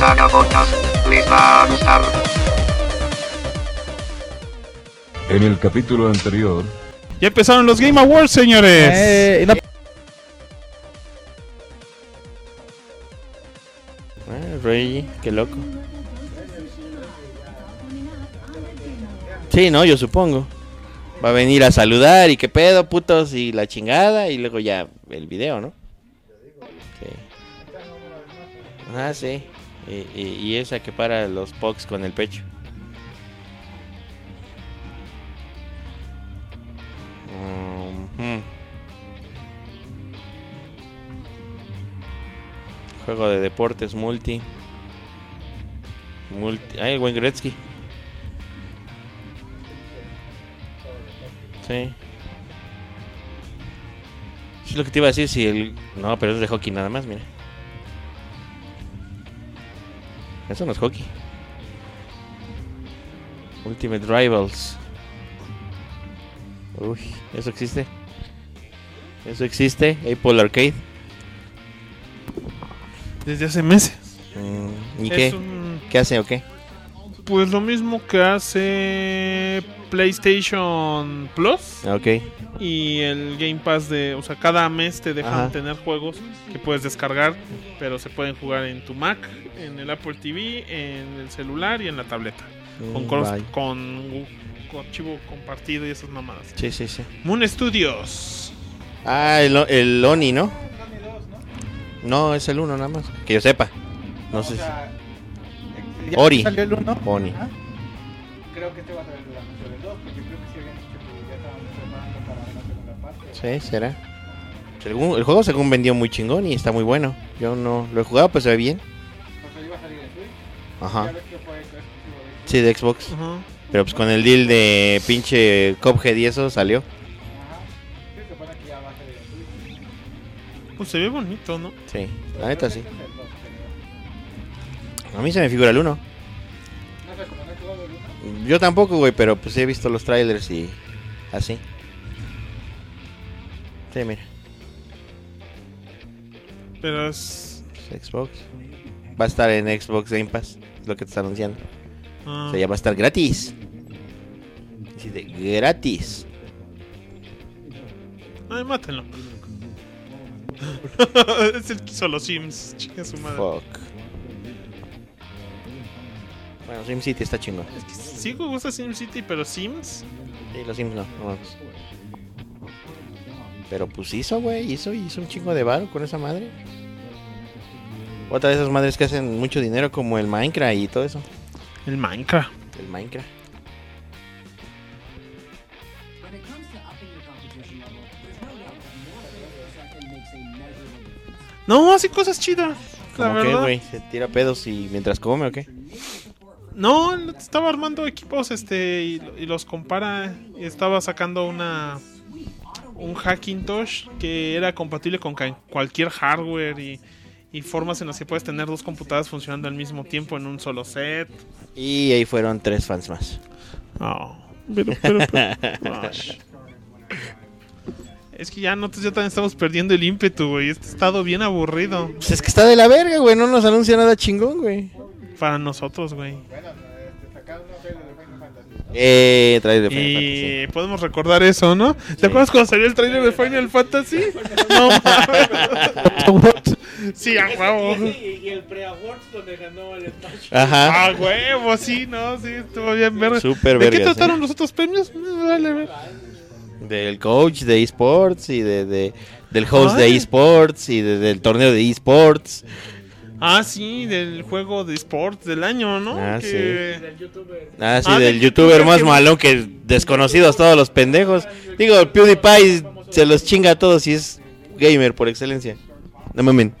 vagabondas. Les va a gustar. En el capítulo anterior, Ya empezaron los Game Awards, señores. Eh, y no- Ah, Reggie, qué loco. Sí, no, yo supongo. Va a venir a saludar y qué pedo, putos, y la chingada, y luego ya el video, ¿no? Sí. Ah, sí. Y, y- y esa que para los pox con el pecho. Ujú. Juego de deportes multi. Multi. Ay, el buen Gretzky. Sí. Es lo que te iba a decir si el. No, pero es de hockey nada más, mira. Eso no es hockey. Ultimate Rivals. Uy, ¿eso existe? ¿Eso existe? Apple Arcade. Desde hace meses. Mm, ¿Y Es qué? un- ¿Qué hace o qué? pues lo mismo que hace PlayStation Plus Ah, Ok. y el Game Pass de, o sea, cada mes te dejan Ajá. tener juegos que puedes descargar, pero se pueden jugar en tu Mac, en el Apple TV, en el celular y en la tableta. Con, Mm, cross- vaya. con, con archivo compartido y esas mamadas. Sí, sí, sí. Moon Studios. Ah, el, o- el Oni, ¿no? No, es el uno nada más. Que yo sepa. No sé. si- ya Ori. Salió el 1. Oni. Creo que este va a traer el anuncio del 2, porque creo que sí habían dicho que ya estaban preparando para una segunda parte. Sí, será. Según- el juego según vendió muy chingón y está muy bueno. Yo no lo he jugado, pues se ve bien. Porque iba a salir en Switch, ya Ajá. ves que fue exclusivo de Switch. Sí, de Xbox. Ajá. Pero pues con el deal de pinche Cophead y eso salió. Ajá. Sí, se supone que ya va a salir en Switch. Pues se ve bonito, ¿no? Sí, Pero la creo que neta este sí. es el dos, creo. A mí se me figura el uno. No sé, como no he jugado el uno, Yo tampoco, güey, pero pues he visto los trailers y así. Sí, mira. Pero es... pues, Xbox. Va a estar en Xbox Game Pass, es lo que te está anunciando. ah, O sea, ya va a estar gratis. Así de gratis. Ay, mátenlo. es el que hizo los Sims, chinga su madre. Fuck. Bueno, SimCity está chingón. Es que sí me gusta SimCity, pero Sims. Sí, los Sims no, no mames. Pero pues hizo, güey, hizo, hizo un chingo de varo con esa madre. Otra de esas madres que hacen mucho dinero como el Minecraft y todo eso. El Minecraft. El Minecraft. When it comes to upping your competition level, there's no doubt that more players per second makes a measurable difference. No, hace cosas chidas. La ¿Cómo que, verdad. güey? ¿Se tira pedos y mientras come o qué? no, estaba armando equipos este y, y los compara. Y estaba sacando una un Hackintosh que era compatible con ca- cualquier hardware y, y formas en las que puedes tener dos computadoras funcionando al mismo tiempo en un solo set. Y ahí fueron tres fans más. Pues Oh, Ah, pero, pero, pero- Gosh. Es que ya nosotros ya también estamos perdiendo el ímpetu, güey. Este estado bien aburrido Pues es que está de la verga, güey. No nos anuncia nada chingón, güey. para nosotros, güey. Eh, trae de Final Fantasy. Y podemos recordar eso, ¿no? ¿Te acuerdas cuando salió el trailer de Final Fantasy? No mames. Sí, a huevo. Y el pre-awards donde ganó el Smash. Ajá. A huevo, sí, no, sí, estuvo bien verga. Súper ¿De qué vergas, trataron ¿eh? los otros premios? No, vale, ver. Del coach de esports y de, de- del host Ay. de esports y de- del torneo de esports. Ah, sí, del juego de sports del año, ¿no? Ah, Que- Ah, sí, Ah, del del youtuber youtuber más que- malo que desconocidos todos los pendejos. Digo, el PewDiePie se los chinga a todos y es gamer por excelencia. No mamen.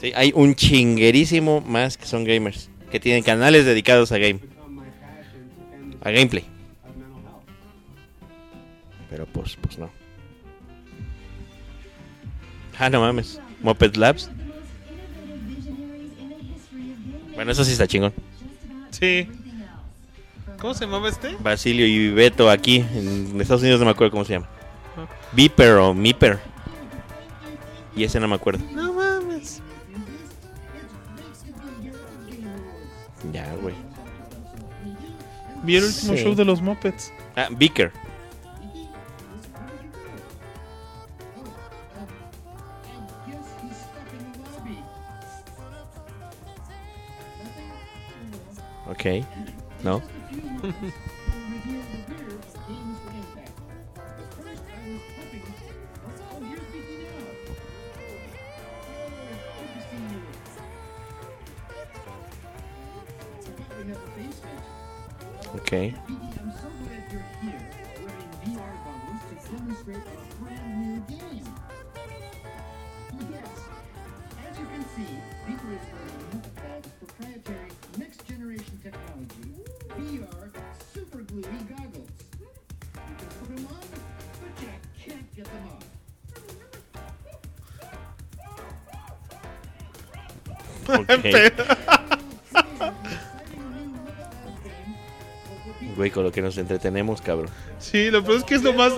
Sí, hay un chinguerísimo más que son gamers. Que tienen canales dedicados a game. A gameplay. Pero pues, pues no. Ah, no mames. Moped Labs. Bueno, eso sí está chingón. Sí. ¿Cómo se llamaba este? Basilio y Beto aquí en Estados Unidos no me acuerdo cómo se llama. Viper o Miper. Y ese no me acuerdo. No mames. Vi el último Sí. show de los Muppets. Ah, Beaker. Ok. No. Ok. Ok. Güey, con lo que nos entretenemos, cabrón. Sí, lo peor es que es lo más.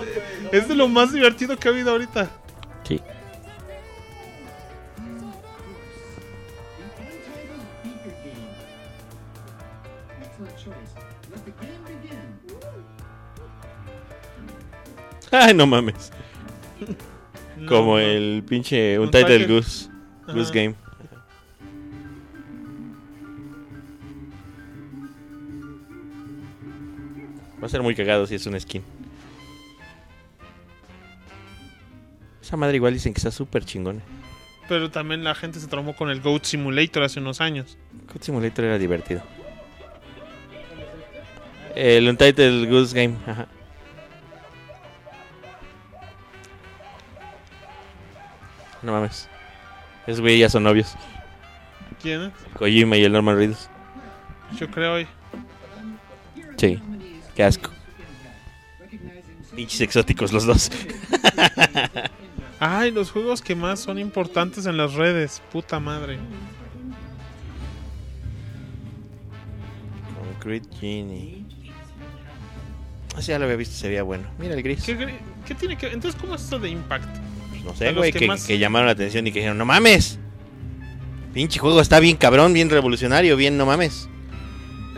Es de lo más divertido que ha habido ahorita. Sí. Ay, no mames. No, Como no. el pinche un Untitled. title Goose. Goose Ajá. Game. Va a ser muy cagado si es un skin. Esa madre igual dicen que está súper chingona. Pero también la gente se traumó con el Goat Simulator hace unos años. Goat Simulator era divertido. El Untitled Goose Game. Ajá. No mames. Esos güey ya son novios. ¿Quién es? Kojima y el Norman Reedus. Yo creo hoy. Sí. Qué asco. Pinches exóticos los dos. Ay, los juegos que más son importantes en las redes. Puta madre. Concrete Genie. Ah, sí, ya lo había visto, sería bueno. Mira el gris. ¿Qué, qué- qué tiene que Entonces, ¿cómo es eso de Impact? No A sé, los güey, que que, más- que llamaron la atención y que dijeron, no mames. Pinche juego está bien cabrón, bien revolucionario, bien no mames.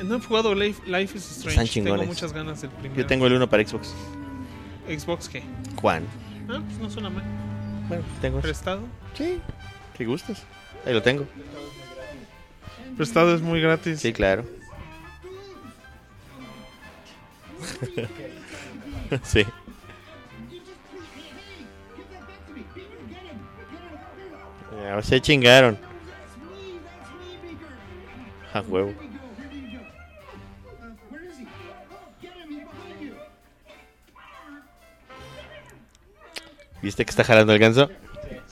No he jugado Life, Life is Strange. Están tengo chingones. muchas ganas del primero. Yo tengo el uno para Xbox. Xbox qué? Juan. Ah, pues no suena mal. Bueno, tengo. ese. Prestado. Sí, si gustas. Ahí lo tengo. Prestado es muy gratis. Sí, claro. sí. Ya, se chingaron. A huevo. ¿Viste que está jalando el ganso?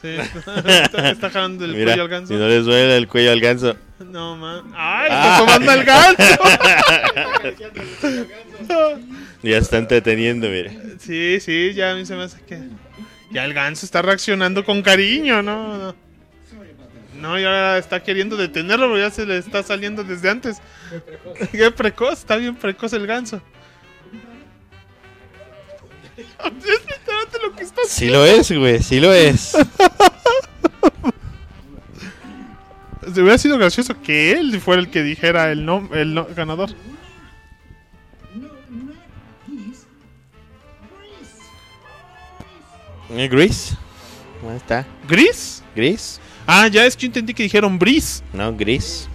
Sí, está, está jalando el Mira, cuello al ganso. si no les duele el cuello al ganso. No, man. ¡Ay! Ah. ¡Está tomando el ganso! Ya está entreteniendo, mira. sí, sí, ya a mí se me hace que. Ya el ganso está reaccionando con cariño, ¿no? No, no y ahora está queriendo detenerlo, pero ya se le está saliendo desde antes. Qué precoz, está bien precoz el ganso. es literalmente lo que está haciendo. Sí lo es, güey, sí lo es. Se hubiera sido gracioso que él fuera el que dijera el, nom- el no- ganador. Eh, Gris. Ahí está. ¿Gris? Gris. Ah, ya es que yo entendí que dijeron Bris. No, gris.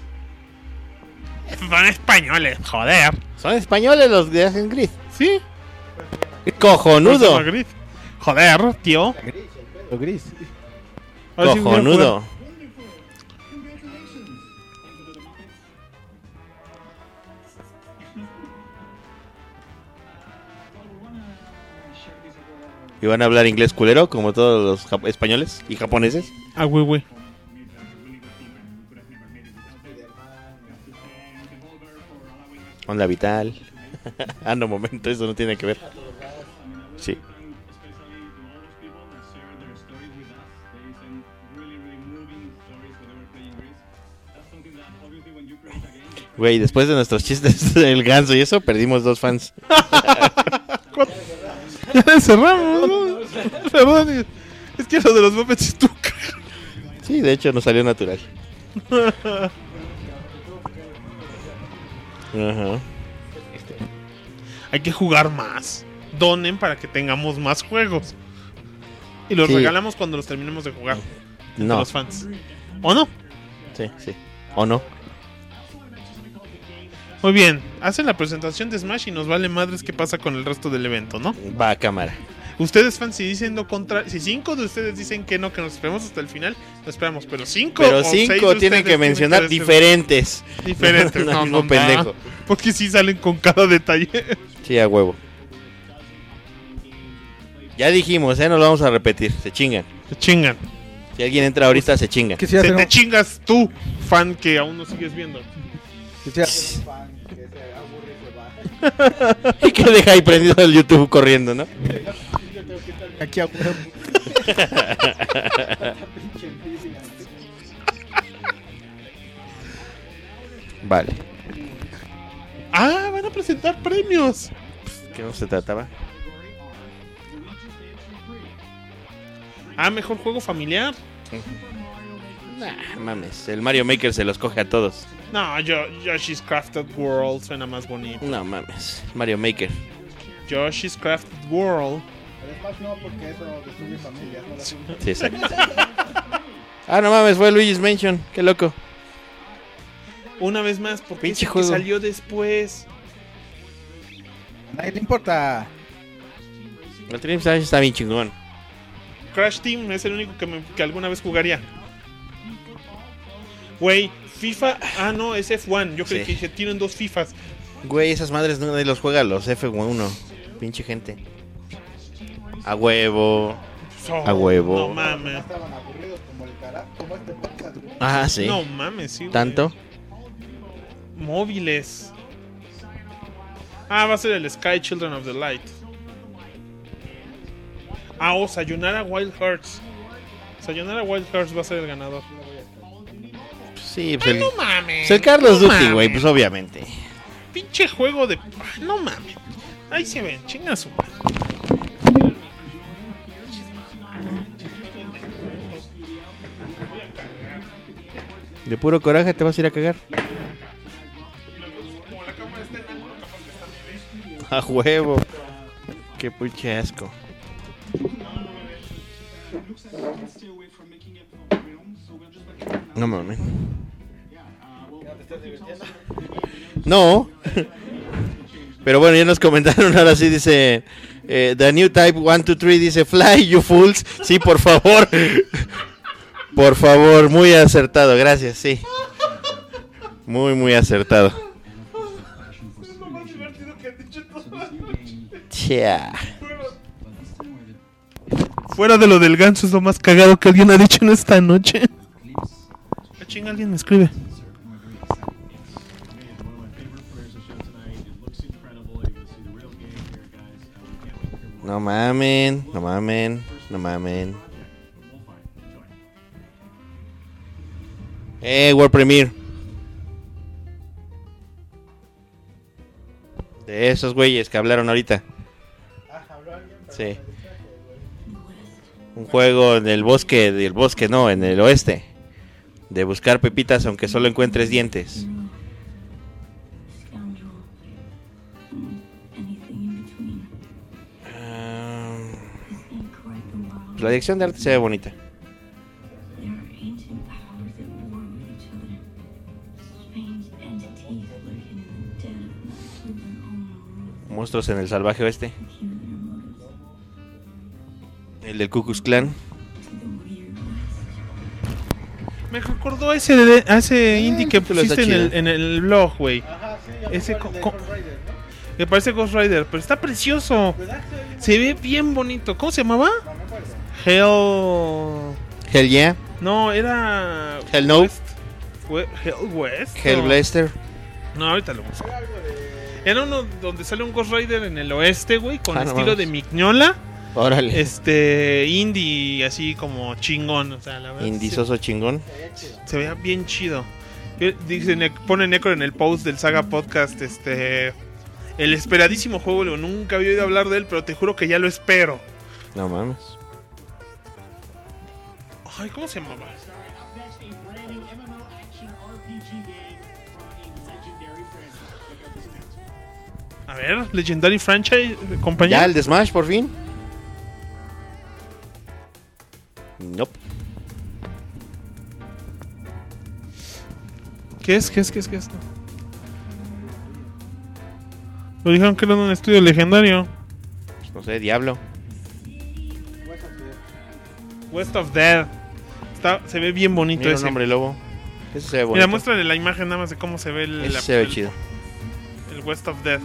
Son españoles, joder. Son españoles los que hacen gris. Sí, Cojonudo. Próxima gris. Joder, tío. Lo gris. Ahora Ah, sí voy a Cojonudo. jugar. Y van a hablar inglés culero, como todos los jap- españoles y japoneses. Ah, güey, güey. Onda vital. ah, no, momento, eso no tiene que ver. Sí. Güey, después de nuestros chistes del ganso y eso, perdimos dos fans. Ya le cerramos, ¿no? Perdón. Es que lo de los Muppets es tu ca- Sí, de hecho, nos salió natural. Ajá. hay que jugar más. Donen para que tengamos más juegos. Y los Sí. regalamos cuando los terminemos de jugar. entre No. los fans. ¿O no? Sí, sí. ¿O no? Muy bien. Hacen la presentación de Smash y nos vale madres qué pasa con el resto del evento, ¿no? Va a cámara. Ustedes, fans, si dicen lo contrario. Si cinco de ustedes dicen que no, que nos esperemos hasta el final, lo esperamos. Pero cinco. Pero o seis de cinco ustedes tienen que mencionar decir diferentes. diferentes. No, No, mismo no, no. pendejo. Porque sí salen con cada detalle. Sí, a huevo. Ya dijimos, ¿eh? No lo vamos a repetir. Se chingan. Se chingan. Si alguien entra ahorita, se chingan. Te, Quisiera hacer, te un, chingas tú, fan que aún no sigues viendo. quisiera- fan que se aburre y se va. Y que deja ahí prendido el YouTube corriendo, ¿no? aquí a huevo. Pinche envidia. Vale. Ah, van a presentar premios. ¿Qué no se trataba? Ah, mejor juego familiar. Nah, Ah, mames. El Mario Maker se los coge a todos. No, yo, Yoshi's Crafted World suena más bonito. No mames. Mario Maker. Yoshi's Crafted World. Pero es más no, porque eso destruye familias. No las Sí, exacto. ah, no mames. Fue Luigi's Mansion. Qué loco. Una vez más, porque ese Pinche que juego. salió después. A nadie le importa. El Dream Smash está bien chingón. Crash Team es el único que, me- que alguna vez jugaría. Güey, FIFA. Ah, no, es F1. Yo creo Sí. que dije, tienen dos FIFAs. Güey, esas madres no nadie los juega los F1. Pinche gente. A huevo. So, A huevo. No mames. estaban aburridos como el carajo. Como este podcast. güey. Ah, sí. No mames, sí. güey. Tanto. Móviles. Ah, va a ser el Sky Children of the Light. Ah, o Sayonara Wild Hearts. Sayonara Wild Hearts va a ser el ganador. Sí, pues el, No mames. pues el Carlos no Duty, güey, mames. pues obviamente. Pinche juego de. Ah, No mames. Ahí se ven, chinga su madre. De puro coraje te vas a ir a cagar. A huevo. Qué pinche asco. No mames. No. Pero bueno, ya nos comentaron ahora sí, dice eh, The New Type 123, dice Fly, you fools. Sí, por favor. Por favor, muy acertado, gracias, sí. Muy, muy acertado. Chia. Fuera de lo del ganso es lo más cagado que alguien ha dicho en esta noche. Ah, chinga, alguien me escribe. No mamen, no mamen, no mamen. Eh, World Premiere. De esos güeyes que hablaron ahorita. Sí. Un juego en el bosque, del bosque no, en el oeste. De buscar pepitas aunque solo encuentres dientes. Ah, pues la dirección de arte se ve bonita. Monstruos en el salvaje oeste. El del Ku Klux Klan. Me recordó a ese, de- a ese indie que título está pusiste en Eh, el, chido. en el blog, güey. Ajá, sí. Ese Ese co- con. co- Raiders, ¿no? Que parece Ghost Rider, pero está precioso. ¿Verdad? Se oye- Se ve bien bonito. ¿Cómo se llamaba? No me acuerdo. Hell. Hell yeah. No, era. Hell no. West. We- Hell West. Hell no. Blaster. No, ahorita lo busco. Era uno donde sale un Ghost Rider en el oeste, güey, con Ah, no estilo mames. de Mignola. Órale. Este, indie, así como chingón. O sea, la verdad. se, Indizoso chingón. se veía bien chido. Eh, Dice, ne- pone Necro en el post del Saga Podcast, este. El esperadísimo juego, Leo, nunca había oído hablar de él, pero te juro que ya lo espero. No mames. Ay, ¿cómo se llamaba? A ver, Legendary Franchise, eh, compañía. ¿Ya el de Smash por fin? Nope. ¿Qué es? ¿Qué es? ¿Qué es? ¿Qué es? Lo dijeron que era un estudio legendario. Pues No sé, Diablo. West of Dead. Está, se ve bien bonito Mira un ese. hombre lobo. Eso se ve bonito. Mira, muéstrale la imagen nada más de cómo se ve el, Ese la- se ve el- chido. el West of Dead.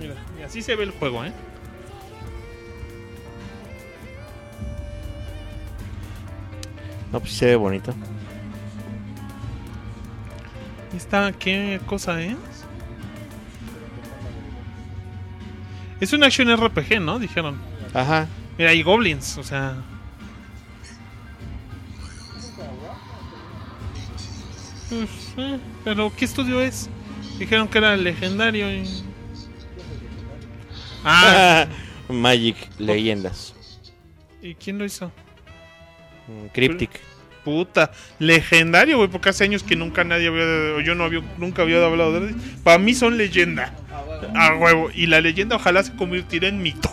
Mira, y así se ve el juego, ¿eh? No, pues sí se ve bonito. Esta, ¿qué cosa es? Es un action RPG, ¿no? Dijeron. Ajá. Mira, hay goblins, o sea. Pues, eh, Pero, ¿qué estudio es? Dijeron que era legendario. y- Ah, Magic Leyendas. ¿y quién lo hizo? Mm, Cryptic. Puta, legendario, güey, porque hace años que nunca nadie había, o yo no había, nunca había hablado de Para mí son leyenda. A huevo. Y la leyenda ojalá se convirtiera en mito.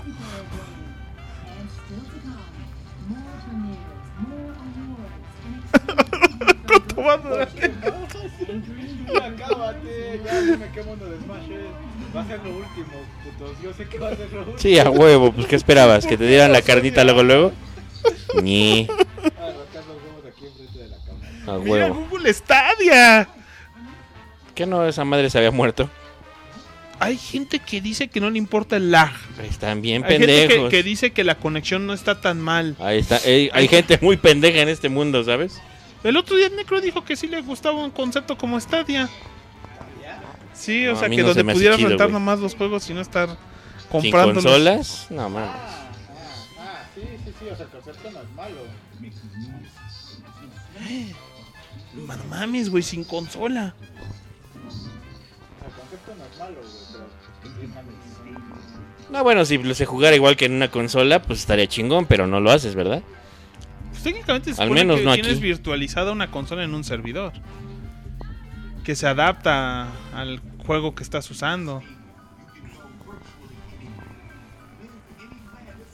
And still to come, more premieres, more awards, and ¿Cuánto va a durar? Acábate, ya dime qué mundo de Smash es. Va a ser lo último, putos. Yo sé que va a ser lo último. Sí, a huevo. Pues, ¿qué esperabas? ¿Que te dieran la carnita luego, luego? Ni. Voy a arrancar los huevos aquí enfrente de la cámara. A Mira, huevo. Google Stadia. ¿Qué no? Esa madre se había muerto. Hay gente que dice que no le importa el lag. Están bien Hay gente que, pendejos. que dice que la conexión no está tan mal. Ahí está. Ey, hay gente muy pendeja en este mundo, ¿sabes? El otro día Necro dijo que sí le gustaba un concepto como Stadia. Sí, o No, a sea, mí que no se donde me hace pudiera chido, rentar güey. nomás los juegos y no estar Sin comprándolos. consolas. No, mames. Ah, sí, sí, sí, o sea, el concepto no es malo. No mames, güey, sin consola. El concepto no es malo, güey, pero pues, ¿qué mames? No, bueno, si lo sé jugar igual que en una consola, pues estaría chingón, pero no lo haces, ¿verdad? Pues técnicamente se Al supone menos que no tienes aquí. virtualizada una consola en un servidor. Que se adapta al juego que estás usando.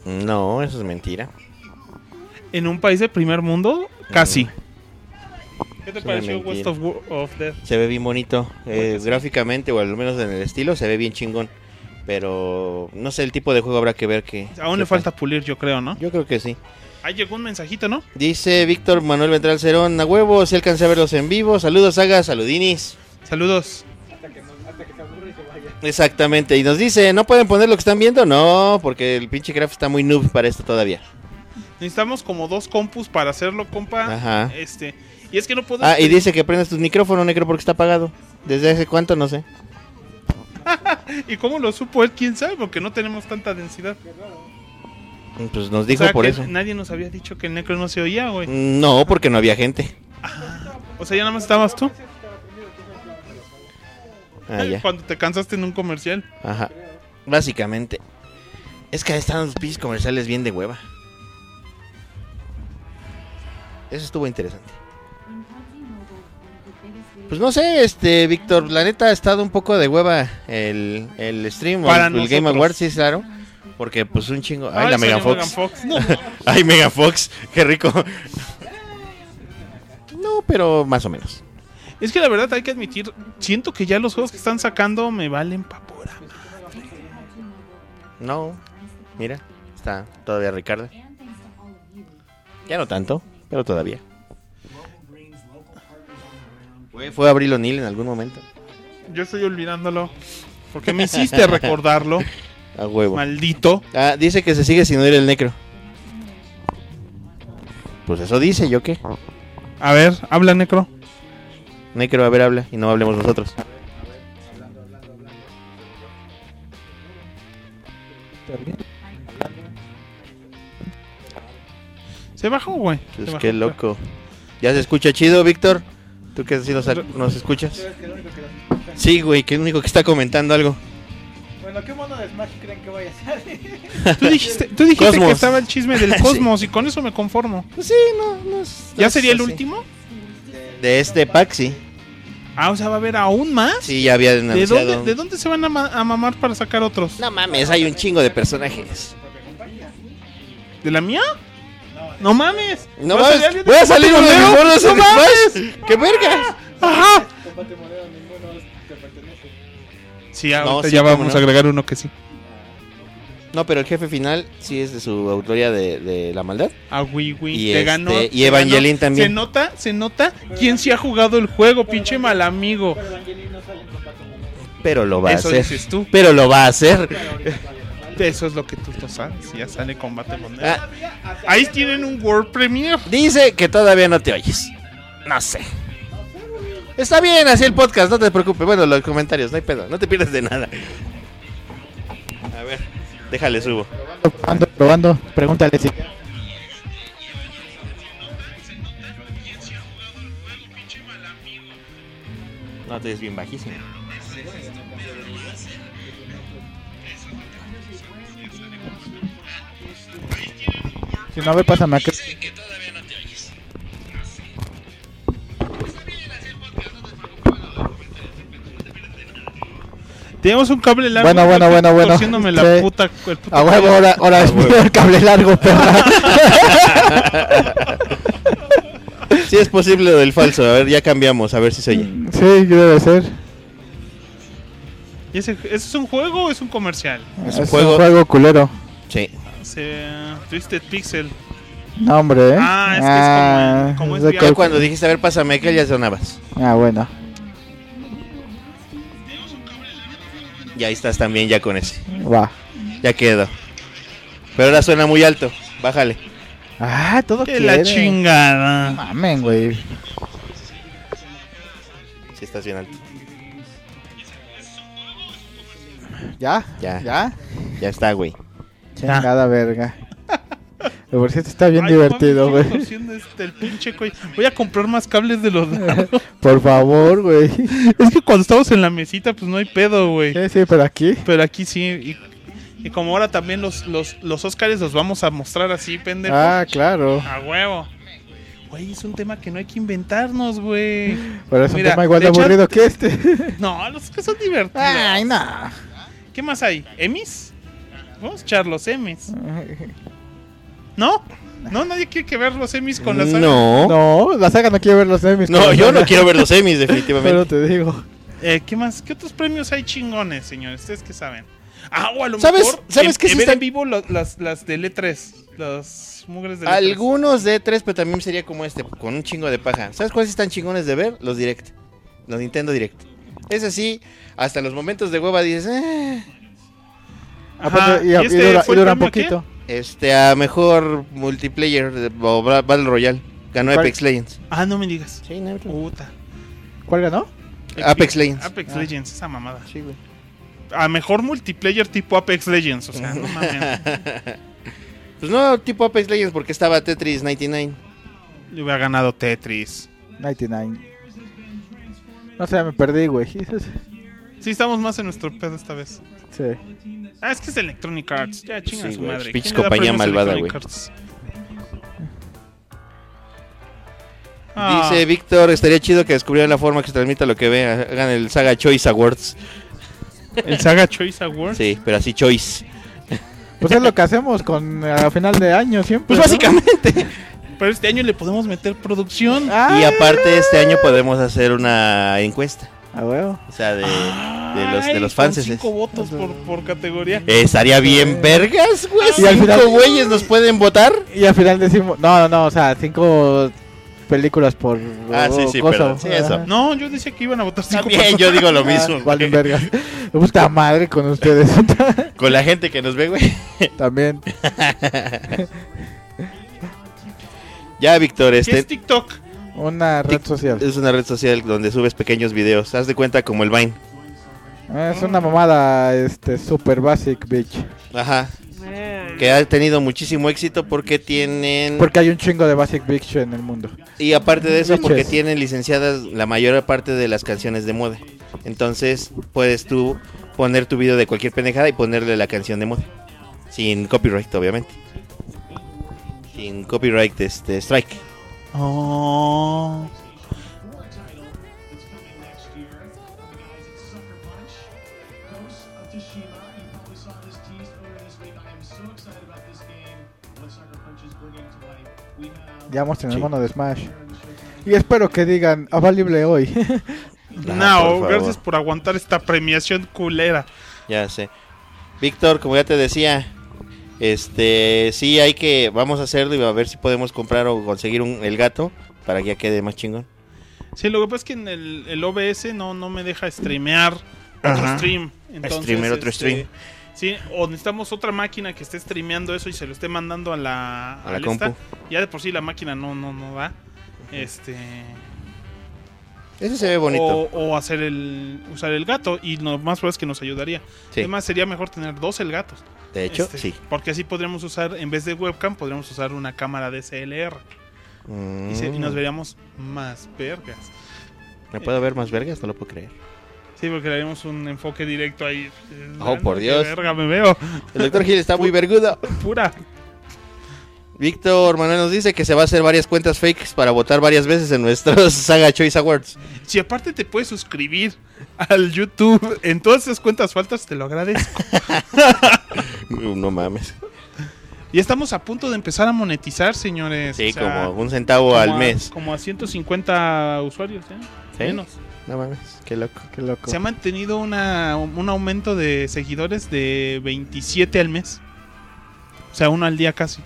No, eso es mentira. En un país de primer mundo, casi. ¿Qué te Es una pareció mentira. West of, Wo- of Death? Se ve bien bonito. eh, gráficamente, o al menos en el estilo, se ve bien chingón. Pero no sé, el tipo de juego habrá que ver que... Aún le que pasa. falta pulir, yo creo, ¿no? Yo creo que sí. Ahí llegó un mensajito, ¿no? Dice Víctor Manuel Ventral Cerón, a huevo, si alcancé a verlos en vivo. Saludos, Saga, saludinis. Saludos. Exactamente, y nos dice, ¿no pueden poner lo que están viendo? No, porque el pinche graf está muy noob para esto todavía. Necesitamos como dos compus para hacerlo, compa. Ajá. Este. Y es que no puedo. Ah, y dice que prendas tu micrófono negro porque está apagado. ¿Desde hace cuánto? No sé. ¿Y cómo lo supo él? ¿Quién sabe? Porque no tenemos tanta densidad. Pues nos dijo O sea, por que eso. Nadie nos había dicho que el necro no se oía, güey. No, porque no había gente. O sea, ya nada más estabas tú. Ah, ya. Cuando te cansaste en un comercial. Ajá. Básicamente. Es que ahí están los pinches comerciales bien de hueva. Eso estuvo interesante. in PUBG Mobile, one of the biggest video Pues no sé, este, Víctor, la neta ha estado un poco de hueva el, el stream, o Para el, el Game nosotros. Awards, sí, claro. Porque pues un chingo... Ay, la señor Mega Fox. Fox. No, Ay, Mega Fox, qué rico. No, pero más o menos. es que la verdad hay que admitir, siento que ya los juegos que están sacando me valen papura. No, mira, está todavía Ricardo. Ya no tanto, pero todavía. Fue, fue Abril O'Neill en algún momento. Yo estoy olvidándolo. Porque me hiciste recordarlo, A huevo. maldito. Ah, dice que se sigue sin oír el necro. Pues eso dice, ¿yo qué? A ver, habla necro. Necro, a ver, habla y no hablemos nosotros. Se bajó, güey. Se Pues bajó. qué loco. ¿Ya se escucha chido, Víctor? ¿Tú que sí nos, nos escuchas? Sí, güey, que el único que está comentando algo. Bueno, ¿qué mono de Smash creen que vaya a ser? Tú dijiste, tú dijiste Cosmos. que estaba el chisme del cosmos y con eso me conformo. Pues sí, no, no es- ¿Ya es sería el así. último? De este pack, sí. Ah, o sea, va a haber aún más. Sí, ya habían ¿De anunciado. dónde, ¿De dónde se van a, ma- a mamar para sacar otros? No mames, hay un chingo de personajes. ¿De la mía? No mames. No ¿Va a salir mames, alguien voy a salir un de- uniforme ¡No de mames! Smash. ¡Qué vergas! Ajá. Combate moderno, ninguno te pertenece. Sí, No, ahorita sí, ya cómo vamos no. a agregar uno que sí. No, pero el jefe final sí es de su autoría de, de la maldad. A Wiwi. Y te este, ganó. y te Evangeline ganó. también. Se nota, se nota quién sí ha jugado el juego, pinche mal amigo. Pero Evangeline no sale en combate moderno. Pero lo va Eso a hacer. dices tú. Pero lo va a hacer. Eso es lo que tú no sabes. Ya sale combate mundial. Ah, Ahí tienen un World Premiere. dice que todavía no te oyes. No sé. Está bien, así el podcast, no te preocupes. Bueno, los comentarios, no hay pedo, no te pierdes de nada. A ver, déjale subo. Probando, probando. Pregúntale si. No, te es bien bajísimo. Si no, ve, pásame acá. Tenemos un cable largo. Bueno, bueno, Estoy bueno, bueno. torciéndome la Sí. puta. el puto A Ah, huevo, ahora, ahora es mío el cable largo, perra. Si es posible lo del falso, a ver, ya cambiamos, a ver si se oye. Sí, debe ser. ¿Y ese, ese es un juego o es un comercial? Es, un un juego. juego. culero. Sí. Se, Twisted Pixel. No, hombre, ¿eh? Ah, es que es como- como es de viable. Ya que- cuando dijiste, a ver, pásame que ya sonabas. Ah, bueno. Y ahí estás también ya con ese. Va. Ya quedó. Pero ahora suena muy alto. Bájale. Ah, todo Que la quiere. chingada. Mamen, güey. Si estás bien alto. ¿Ya? Ya. ¿Ya? Ya está, güey. Chingada verga. Pero Por cierto, está bien Ay, divertido, mami, estoy güey. torciendo este, el pinche cuello. Voy a comprar más cables de los lados. Por favor, güey. Es que cuando estamos en la mesita, pues no hay pedo, güey. Sí, sí, pero aquí. Pero aquí sí. Y, y como ahora también los, los, los Oscars los vamos a mostrar así, pendejo. Ah, claro. A huevo. Güey, es un tema que no hay que inventarnos, güey. Pero es un Mira, tema igual de de hecho- aburrido que este. No, los que son divertidos. Ay, no. ¿Qué más hay? ¿Emis? Vamos a echar los Emis. ¿No? No, nadie quiere que ver los Emis con la saga. No. No, No, la saga no quiere ver los semis. yo no quiero ver los semis, definitivamente. Pero te digo. Eh, ¿Qué más? ¿Qué otros premios hay chingones, señores? ¿Ustedes qué saben? Ah, o a lo ¿Sabes- mejor. sabes qué sí en, ver están- en vivo lo- las, las del E3. Las mugres del E3. Algunos de tres, pero también sería como este, con un chingo de paja. ¿Sabes cuáles están chingones de ver? Los Direct. Los Nintendo Direct. Es así, hasta los momentos de hueva dices, eh, Ajá, Aparte, y, y este dura, fue y el dura un premio a qué? poquito. este, a mejor multiplayer de- o Bra- Battle Royale. Ganó ¿Cuál? Apex Legends. Ah, no me digas. Sí, no, Puta. ¿Cuál ganó? Apex Legends. Apex Ah. Legends, esa mamada. Sí, güey. A mejor multiplayer tipo Apex Legends. O sea, no mames. Pues no, tipo Apex Legends, porque estaba Tetris 99. Le hubiera ganado Tetris. 99. No sé, me perdí, güey. Sí, estamos más en nuestro pedo esta vez. Sí. Ah, es que es Electronic Arts. Ya, chinga Sí, su güey, madre. pinche ¿Quién le da compañía premios a malvada, Electronic güey. Arts? Ah, Dice Víctor, estaría chido que descubrieran la forma que se transmita lo que vea. Hagan el Saga Choice Awards. el Saga Choice Awards. Sí, pero así Choice. Pues es lo que hacemos con a final de año siempre. Pues ¿no? básicamente. Pero este año le podemos meter producción. Ah, Y aparte este año podemos hacer una encuesta. A huevo. O sea, de, de los, Ay, de los con fans. cinco votos por, por categoría. Eh, estaría bien vergas, güey. Y al final- Cinco güeyes nos pueden votar. Y al final decimos, no, no, no, o sea, cinco películas por Ah, sí, o sí, cosa. perdón, sí, eso. Ajá. No, yo decía que iban a votar cinco También yo digo lo mismo. Ah, valen güey. vergas. Puta madre con ustedes. Con la gente que nos ve, güey. También. Ya, Víctor, personas. ¿Qué es este TikTok? Una red Tic- social. es una red social donde subes pequeños videos. Haz de cuenta como el Vine. Ah, Es una mamada, este, super basic, bitch. Ajá. Ah. Que ha tenido muchísimo éxito porque tienen... Porque hay un chingo de basic bitch en el mundo. Y aparte de eso, porque Leches. tienen licenciadas la mayor parte de las canciones de moda. Entonces, puedes tú poner tu video de cualquier pendejada y ponerle la canción de moda. Sin copyright, obviamente. Sin copyright, este, strike. Oh. Ya vamos en el mono de Smash. Y espero que digan avalible hoy. No, por favor. gracias por aguantar esta premiación culera. Ya sé. Víctor, como ya te decía, este, sí hay que, vamos a hacerlo y a ver si podemos comprar o conseguir un, el gato para que ya quede más chingón. Sí, lo que pasa es que en el, el OBS no, no me deja streamear otro Ajá. stream. Entonces, Streamer otro este, stream. Sí, o necesitamos otra máquina que esté streameando eso y se lo esté mandando a la, A la al compu. esta. Ya de por sí la máquina no, no, no da. Este. Ese se ve bonito. O, o hacer el. usar el gato. Y lo más probable es que nos ayudaría. Sí. Además, sería mejor tener dos el gato. de hecho, Este, sí. Porque así podríamos usar, en vez de webcam, podríamos usar una cámara DSLR. Y, se- y nos Mm. veríamos más vergas. ¿Me puedo ver más vergas? No lo puedo creer. Sí, porque le haríamos un enfoque directo ahí. Oh, por Qué Dios. Verga, me veo. El doctor Gil está muy vergudo. Pura. Víctor Manuel nos dice que se va a hacer varias cuentas fakes para votar varias veces en nuestros Saga Choice Awards. Si aparte te puedes suscribir al YouTube en todas esas cuentas faltas, te lo agradezco. Uh, No mames. y estamos a punto de empezar a monetizar, señores. Sí, O sea, como un centavo como al a- mes. Como a 150 usuarios, ¿eh? Sí. Menos. No mames, qué loco. Qué loco. Se ha mantenido una- un aumento de seguidores de 27 al mes. O sea, uno al día casi.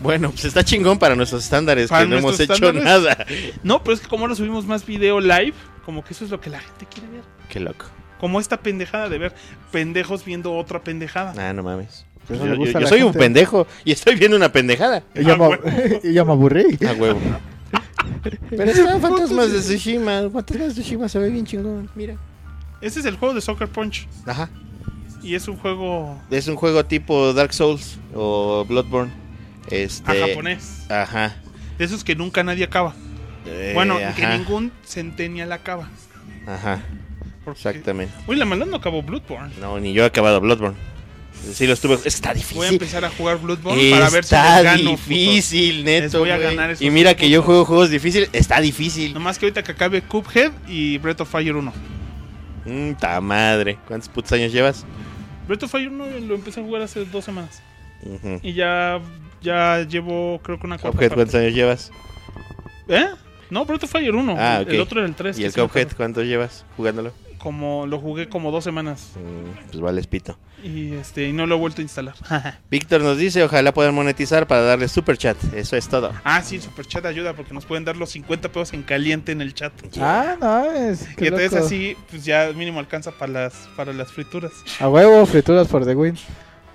Bueno, pues está chingón para nuestros estándares, Para que no hemos nuestros hecho estándares. nada. No, pero es que como ahora subimos más video live, como que eso es lo que la gente quiere ver. Qué loco. Como esta pendejada de ver pendejos viendo otra pendejada. Ah, no mames. Pues eso yo le gusta yo- a yo la soy un gente. pendejo y estoy viendo una pendejada. Y yo, Ah, me, y yo me aburrí. A huevo. pues Pero están fantasmas de Tsushima. Fantasmas de Tsushima se ve bien chingón. Mira. Este es el juego de Soccer Punch. Ajá. Y es un juego Es un juego tipo Dark Souls o Bloodborne. a Este. japonés. Ajá. De esos que nunca nadie acaba. Eh, bueno, que ajá. ningún Centennial acaba. Ajá. Porque- Exactamente. Uy, la maldad no acabó Bloodborne. No, ni yo he acabado Bloodborne. Sí lo estuve. Está Voy a difícil. empezar a jugar Bloodborne para ver si Está les gano. putos. difícil, Les neto. voy a güey. ganar esos y mira que yo putos. juego juegos difíciles. Está difícil. Nomás que ahorita que acabe Cuphead y Breath of Fire 1. Mm, ta madre. ¿Cuántos putos años llevas? Breath of Fire 1 lo empecé a jugar hace dos semanas. Ujú. Y ya, ya llevo, creo que una cuarta Cuphead, ¿cuántos parte. años llevas? ¿Eh? No, Breath of Fire 1. Ah, ok. El otro era el 3. ¿Y el Cuphead, cuántos llevas jugándolo? Como lo jugué como dos semanas. Mm, pues vale, pito. Y este y no lo he vuelto a instalar. Víctor nos dice, ojalá puedan monetizar para darle super chat. Eso es todo. ah, sí, el superchat ayuda porque nos pueden dar los 50 pesos en caliente en el chat. Ah, no, es. Y qué entonces loco. así, pues ya mínimo alcanza para las, para las frituras. A huevo, frituras for the win.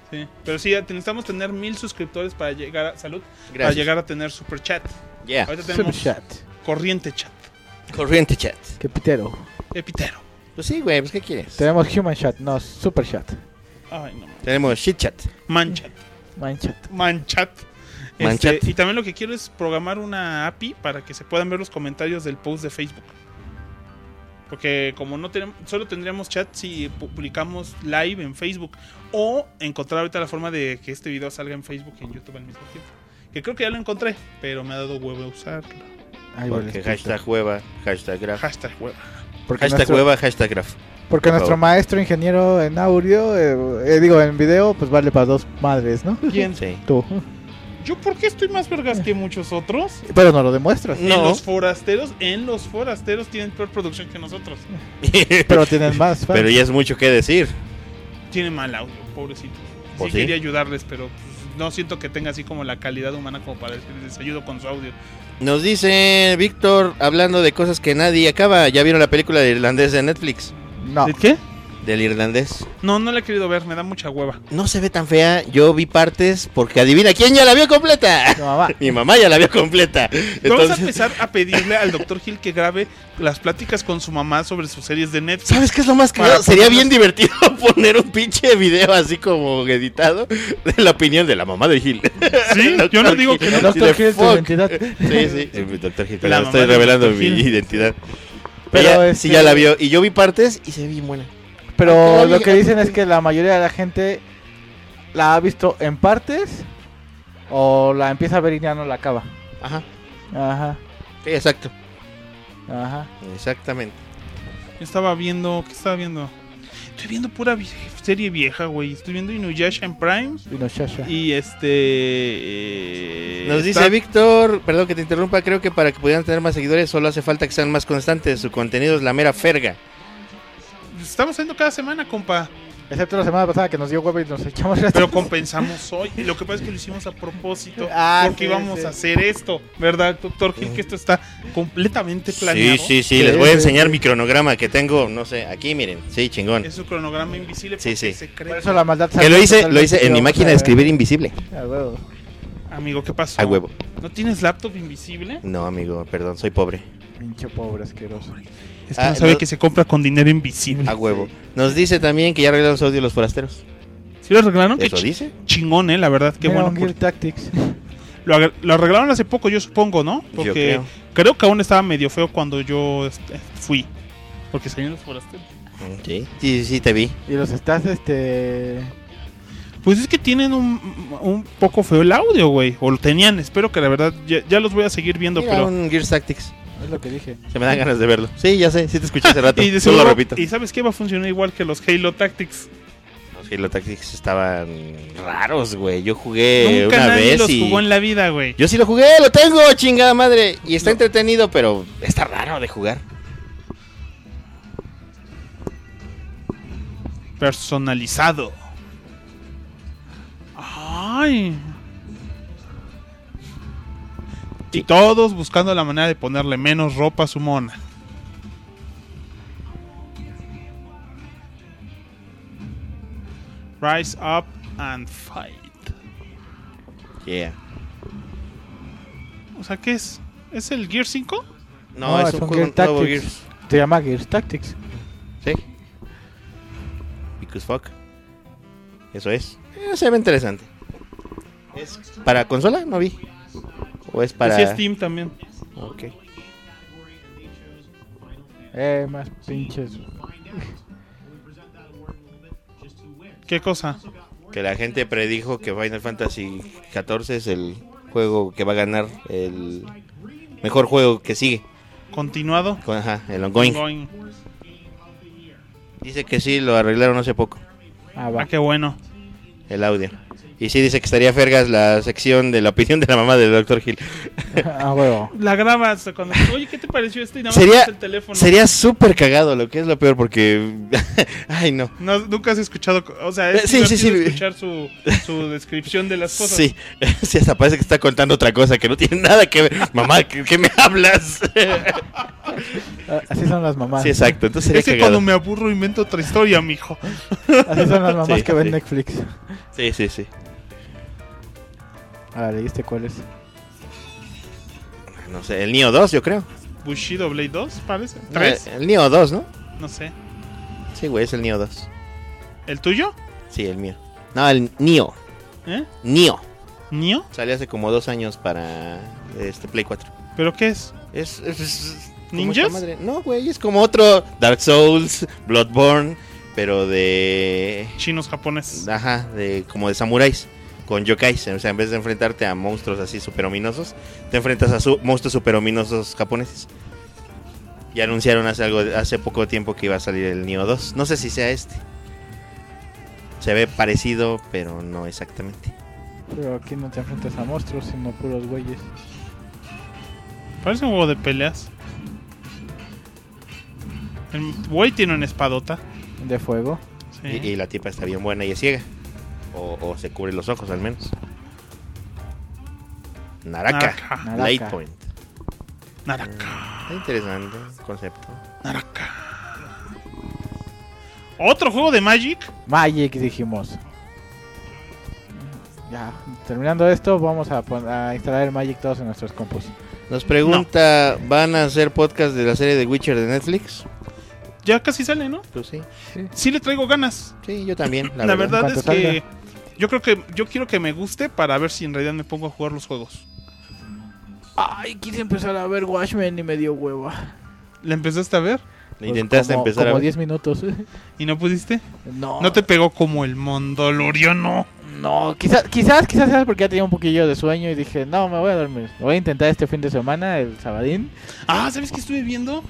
Sí. Pero sí, ya te- necesitamos tener mil suscriptores para llegar a salud, para Gracias. llegar a tener super chat. Yeah. Ahorita Super tenemos chat. corriente chat. Corriente chat. Qué pitero. Epitero. Pues sí, güey, pues ¿qué quieres? Tenemos human chat, no, super chat. Ay, no. Tenemos shit chat. Manchat. Man chat. Manchat. Este, Manchat. y también lo que quiero es programar una API para que se puedan ver los comentarios del post de Facebook. Porque como no tenemos, solo tendríamos chat si publicamos live en Facebook. O encontrar ahorita la forma de que este video salga en Facebook y en YouTube al mismo tiempo. Que creo que ya lo encontré, pero me ha dado huevo usarlo. Ay, vale, Porque escucha. hashtag hueva, hashtag graf. Hashtag hueva. Porque Hashtag nuestro, hueva, hashtag graf. porque por nuestro favor. maestro ingeniero en audio, eh, eh, digo, en video, pues vale para dos madres, ¿no? ¿Quién? Sí. Tú. ¿Yo por qué estoy más vergas que muchos otros? Pero no lo demuestras. En No. los forasteros, en los forasteros tienen peor producción que nosotros. Pero tienes más. fans. Pero ya es mucho que decir. tiene mal audio, pobrecito. Pues sí, sí. quería ayudarles, pero pues, no siento que tenga así como la calidad humana como para decirles les ayudo con su audio. Nos dice Víctor, hablando de cosas que nadie acaba. ¿Ya vieron la película del irlandés de Netflix? No. qué? Del irlandés. No, no la he querido ver, me da mucha hueva. No se ve tan fea. Yo vi partes porque adivina quién ya la vio completa. Tu mamá. Mi mamá ya la vio completa. Vamos a Entonces, empezar a pedirle al doctor Gil que grabe las pláticas con su mamá sobre sus series de Netflix. ¿sabes qué es lo más Para caro? Sería bien ponernos- divertido poner un pinche video así como editado de la opinión de la mamá de Gil. Sí, yo no digo que no. El Así doctor de Gil es tu fuck. identidad. Sí, sí, el doctor Gil, La perdón, mamá estoy del revelando Dr. mi Gil. identidad. Pero Pero ella, este- sí ya la vio y yo vi partes y se ve bien buena. Pero lo que dicen es que la mayoría de la gente la ha visto en partes o la empieza a ver y ya no la acaba. Ajá. Ajá, Sí, exacto. ajá. Exactamente. Yo estaba viendo, ¿qué estaba viendo? Estoy viendo pura vie- serie vieja, güey. Estoy viendo Inuyasha en Prime. Inuyasha. Y este. eh, Nos dice está- Víctor, perdón que te interrumpa, creo que para que pudieran tener más seguidores solo hace falta que sean más constantes. Su contenido es la mera ferga. Estamos haciendo cada semana, compa. Excepto la semana pasada que nos dio huevo y nos echamos las- Pero compensamos hoy. Y Lo que pasa es que lo hicimos a propósito. Ah, porque sí, íbamos sí. a hacer esto, ¿verdad, doctor Gil? Que esto está completamente planeado. Sí, sí, sí, Sí, les voy a sí, enseñar mi cronograma que tengo, no sé, aquí miren, sí, chingón. Es su cronograma invisible. Sí, porque sí. Se cree. Por eso la maldad Que lo salió hice, lo totalmente hice en mi vamos máquina a de ver. escribir invisible. A Ah, huevo. Amigo, ¿qué pasó? A huevo. ¿No tienes laptop invisible? No, amigo, perdón, soy pobre. Pinche pobre asqueroso. Es que Ah, no sabe no. Ah, que se compra con dinero invisible. A huevo. Nos dice también que ya arreglaron su audio los forasteros. ¿Sí lo arreglaron? Qué ¿Eso chi- dice? chingón, ¿eh? La verdad, qué Mira, bueno. un Gear Tactics. porque- Lo, agre- lo arreglaron hace poco, yo supongo, ¿no? Yo Porque creo. creo que aún estaba medio feo cuando yo este, fui. Porque salían los forasteros. Mm, Sí, sí, sí, te vi. Y los estás, este. Pues es que tienen un, un poco feo el audio, güey. O lo tenían, espero que la verdad. Ya, ya los voy a seguir viendo, Mira, pero. un Gears Tactics. Es lo que dije. Se me dan ganas de verlo. Sí, ya sé, sí te escuché hace rato. Y, de Solo seguro- lo repito. y sabes qué va a funcionar igual que los Halo Tactics. Los Halo Tactics estaban raros, güey. Yo jugué Nunca Eh, una nadie vez los y... jugó en la vida, güey. Yo sí lo jugué, lo tengo, chingada madre. Y está entretenido, pero está raro de jugar. Personalizado. Ay. Y todos buscando la manera de ponerle menos ropa a su mona. Rise up and fight. Yeah. O sea, ¿qué es? ¿Es el Gear 5? No, es, un, juego Gear nuevo Gears. Se llama Gears Tactics. Sí. Because fuck. Eso es. Eh, se ve interesante. ¿Es para consola? No vi. ¿O es para...? Sí, Steam también. Ok. Eh, más pinches. ¿Qué cosa? Que la gente predijo que Final Fantasy XIV es el juego que va a ganar el mejor juego que sigue. ¿Continuado? Con- Ajá, el ongoing. Going. Dice que sí, lo arreglaron hace poco, Ah, Ah, va. qué bueno. el audio. Y sí dice que estaría Fergas la sección de la opinión de la mamá del Dr. Hill. A Ah, huevo. La grabas cuando... Oye, ¿qué te pareció este? Y nada más Sería- pones el teléfono. Sería súper cagado, lo que es lo peor, porque... Ay, no. No, nunca has escuchado... co- O sea, es Eh, sí, sí, divertido sí. escuchar su, su descripción de las cosas. Sí, sí, hasta parece que está contando otra cosa que no tiene nada que ver. Mamá, ¿qué, qué me hablas? Ah, Así son las mamás. Sí, exacto. Entonces sería Es que cagado. cuando me aburro invento otra historia, mijo. Así son las mamás Sí, que ven sí. Netflix. Sí, sí, sí. Ah, leíste cuál es. No sé, el Neo 2, yo creo. Bushido Blade 2, Eh, parece. ¿Tres? El Neo 2, ¿no? No sé. Sí, güey, es el Neo 2. ¿El tuyo? Sí, el mío. No, el Neo. ¿Eh? Neo. ¿Nio? Salió hace como dos años para este Play 4. ¿Pero qué es? Es. es- es- como ¿Ninjas? esta madre. No, güey, es como otro Dark Souls, Bloodborne, pero de. Chinos japoneses. Ajá, de, como de samuráis. Con yokais. O sea, en vez de enfrentarte a monstruos así super ominosos, te enfrentas a su- monstruos super ominosos japoneses. Y anunciaron hace, algo, hace poco tiempo que iba a salir el Neo 2. No sé si sea este. Se ve parecido, pero no exactamente. Pero aquí no te enfrentas a monstruos, sino puros güeyes. Parece un juego de peleas. El güey tiene una espadota. De fuego. Sí. Y, y la tipa está bien buena y es ciega. O, o se cubre los ojos al menos. Naraka. Naraka. Naraka. Light Point. Naraka. Está interesante el concepto. Naraka. ¿Otro juego de Magic? Magic, dijimos. Ya, terminando esto, vamos a, pon- a instalar el Magic todos en nuestros compus. Nos pregunta, ¿van a hacer podcast de la serie de Witcher de Netflix? Ya casi sale, ¿no? Pues sí. Sí le traigo ganas. Sí, yo también. La, La, verdad, En es cuanto que yo creo que yo quiero que me guste para ver si en realidad me pongo a jugar los juegos. Ay, quise empezar a ver Watchmen y me dio hueva. ¿La empezaste a ver? Le Intentaste como, empezar Pues, como a... 10 minutos. ¿Y no pudiste? No, No te pegó como el mondoloriano. no, quizás, quizás, quizás sea porque ya tenía un poquillo de sueño y dije, no, me voy a dormir. Lo voy a intentar este fin de semana, el sabadín. Ah, ¿sabes qué estuve viendo?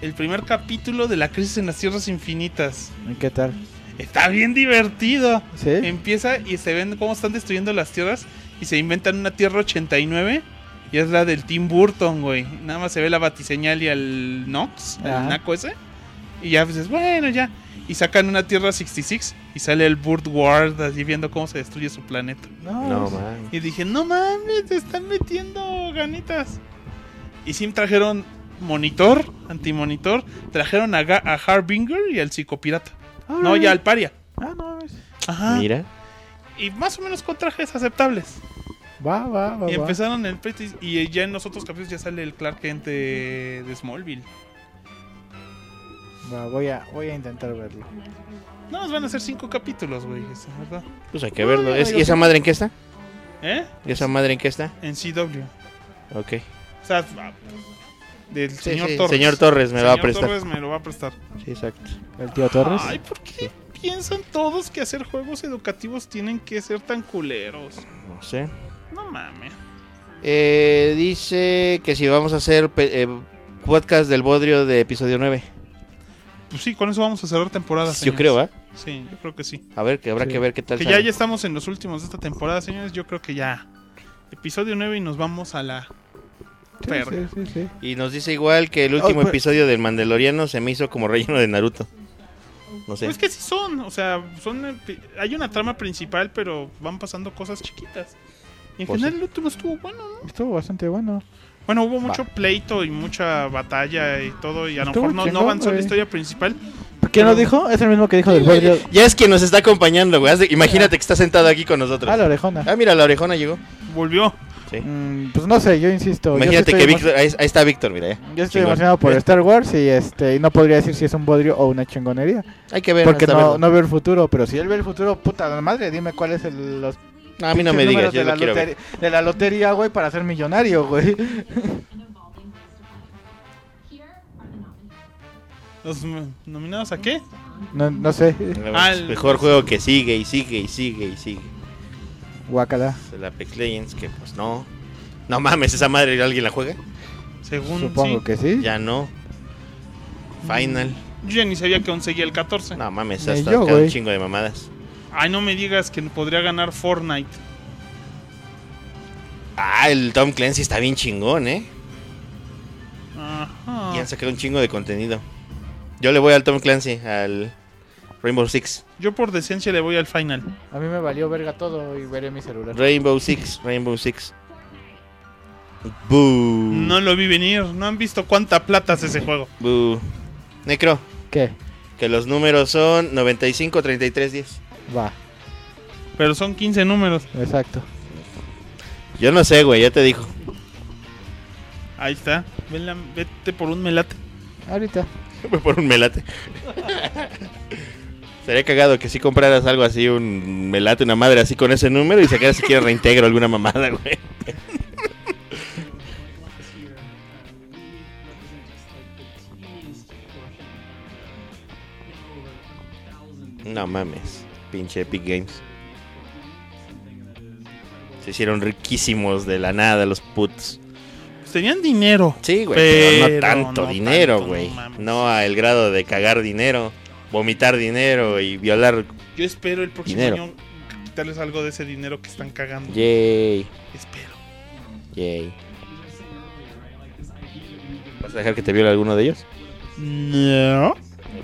El primer capítulo de La Crisis en las Tierras Infinitas. ¿Y ¿Qué tal? Está bien divertido. ¿Sí? Empieza y se ven cómo están destruyendo las tierras y se inventan una tierra 89 y es la del Tim Burton, güey. Nada más se ve la batiseñal y al Nox, al Ajá. naco ese. Y ya dices, bueno, ya. Y sacan una tierra 66 y sale el Bird Ward así viendo cómo se destruye su planeta. No, man. Y dije, no mames, te están metiendo ganitas. Y sí trajeron monitor, antimonitor, trajeron a, Ga- a Harbinger y al psicopirata. No, ya al paria. Ah, no, es- Ajá. Mira. Y más o menos con trajes aceptables. Va, va, Oh, va. y va. empezaron el pleito y- y ya en los otros capítulos ya sale el Clark Kent de, de Smallville. Va, voy, a, voy a intentar verlo. No, nos van a hacer cinco capítulos, güey, esa es verdad. Pues hay que verlo. Ah, Es- ¿Y esa madre en qué está? ¿Eh? ¿Y esa madre en qué está? En CW. Ok. O sea, ah, del Sí, señor sí, Torres. Señor Torres me va a Señor prestar. Torres me lo va a prestar. Sí, exacto. ¿El tío Torres? Ay, ¿por qué piensan todos que hacer juegos educativos tienen que ser tan culeros? No sé. No mames. Eh, dice que si vamos a hacer pe- eh, podcast del bodrio de episodio 9. Pues sí, con eso vamos a cerrar temporada. Yo señores. creo, ¿eh? ¿va? Sí, yo creo que Ah, sí. A ver, que habrá Sí. que ver qué tal. Que ya, sale. ya estamos en los últimos de esta temporada, señores. Yo creo que ya. Episodio 9 y nos vamos a la. Sí, Verga. sí, sí, sí. Y nos dice igual que el Ah, último pues. pero- episodio del Mandaloriano se me hizo como relleno de Naruto. No sé. Pues que sí son, o sea, son epi- hay una trama principal, pero van pasando cosas chiquitas. Y en Pues general el último estuvo bueno, ¿no? Estuvo bastante bueno. Bueno, hubo mucho pleito y mucha batalla y todo, y a lo Estuvo mejor no, no chingón, avanzó la güey. historia principal. ¿Quién Pero- lo dijo? Es el mismo que dijo del Bordio. Ya es quien nos está acompañando, güey. Haz de- Imagínate que está sentado aquí con nosotros. Ah, la orejona. Ah, mira, la orejona llegó. Volvió. Mm, pues no sé, yo insisto. yo sí Imagínate estoy que emo- Víctor. Ahí, ahí está Víctor, mira. ya. Yo estoy Chingón. Eh. emocionado por ¿Ves? Star Wars y este y no podría decir si es un bodrio o una chingonería. Hay que ver. porque hasta no, verlo. no veo el futuro, pero si él ve el futuro, puta la madre, dime cuál es el, los No, a mí no me digas, pinches números yo de, lo la quiero ver. lotería- de la lotería, güey, para ser millonario, güey. ¿Los mm, nominados a qué? No, no sé, Al- Mejor juego que sigue y sigue y sigue y sigue. guacala. Es El Apex Legends, que pues no. No mames, esa madre alguien la juega. Según. Supongo sí. que sí. Ya no. Final. Yo ya ni sabía que aún seguía el 14. No mames, Ni hasta yo, acá un güey. chingo de mamadas. Ay, no me digas que podría ganar Fortnite. Ah, el Tom Clancy está bien chingón, ¿eh? Ajá. Ah. Y han sacado un chingo de contenido. Yo le voy al Tom Clancy, al Rainbow Six. Yo por decencia le voy al final. A mí me valió verga todo y veré mi celular. Rainbow Six, Rainbow Six. Boo. No lo vi venir. No han visto cuánta plata es ese juego. Boo. Necro, ¿Qué? que los números son 95, 33, 10. Va, Pero son 15 números. exacto. Yo no sé, güey, ya te dijo. Ahí está. Ven la- vete por un melate. Ahorita. Voy por un melate. Sería cagado que si compraras algo así, un melate, una madre así con ese número y sacaras si quieres reintegro alguna mamada, güey. No mames, pinche Epic Games. Se hicieron riquísimos de la nada los putos. Pues tenían dinero. Sí, güey, pero, Pero no tanto no dinero, tanto, güey. no No, mames. al grado de cagar dinero, vomitar dinero y violar. Yo espero el próximo Dinero. año quitarles algo de ese dinero que están cagando. Yay, Espero. yay. ¿Vas a dejar que te viole alguno de ellos? No.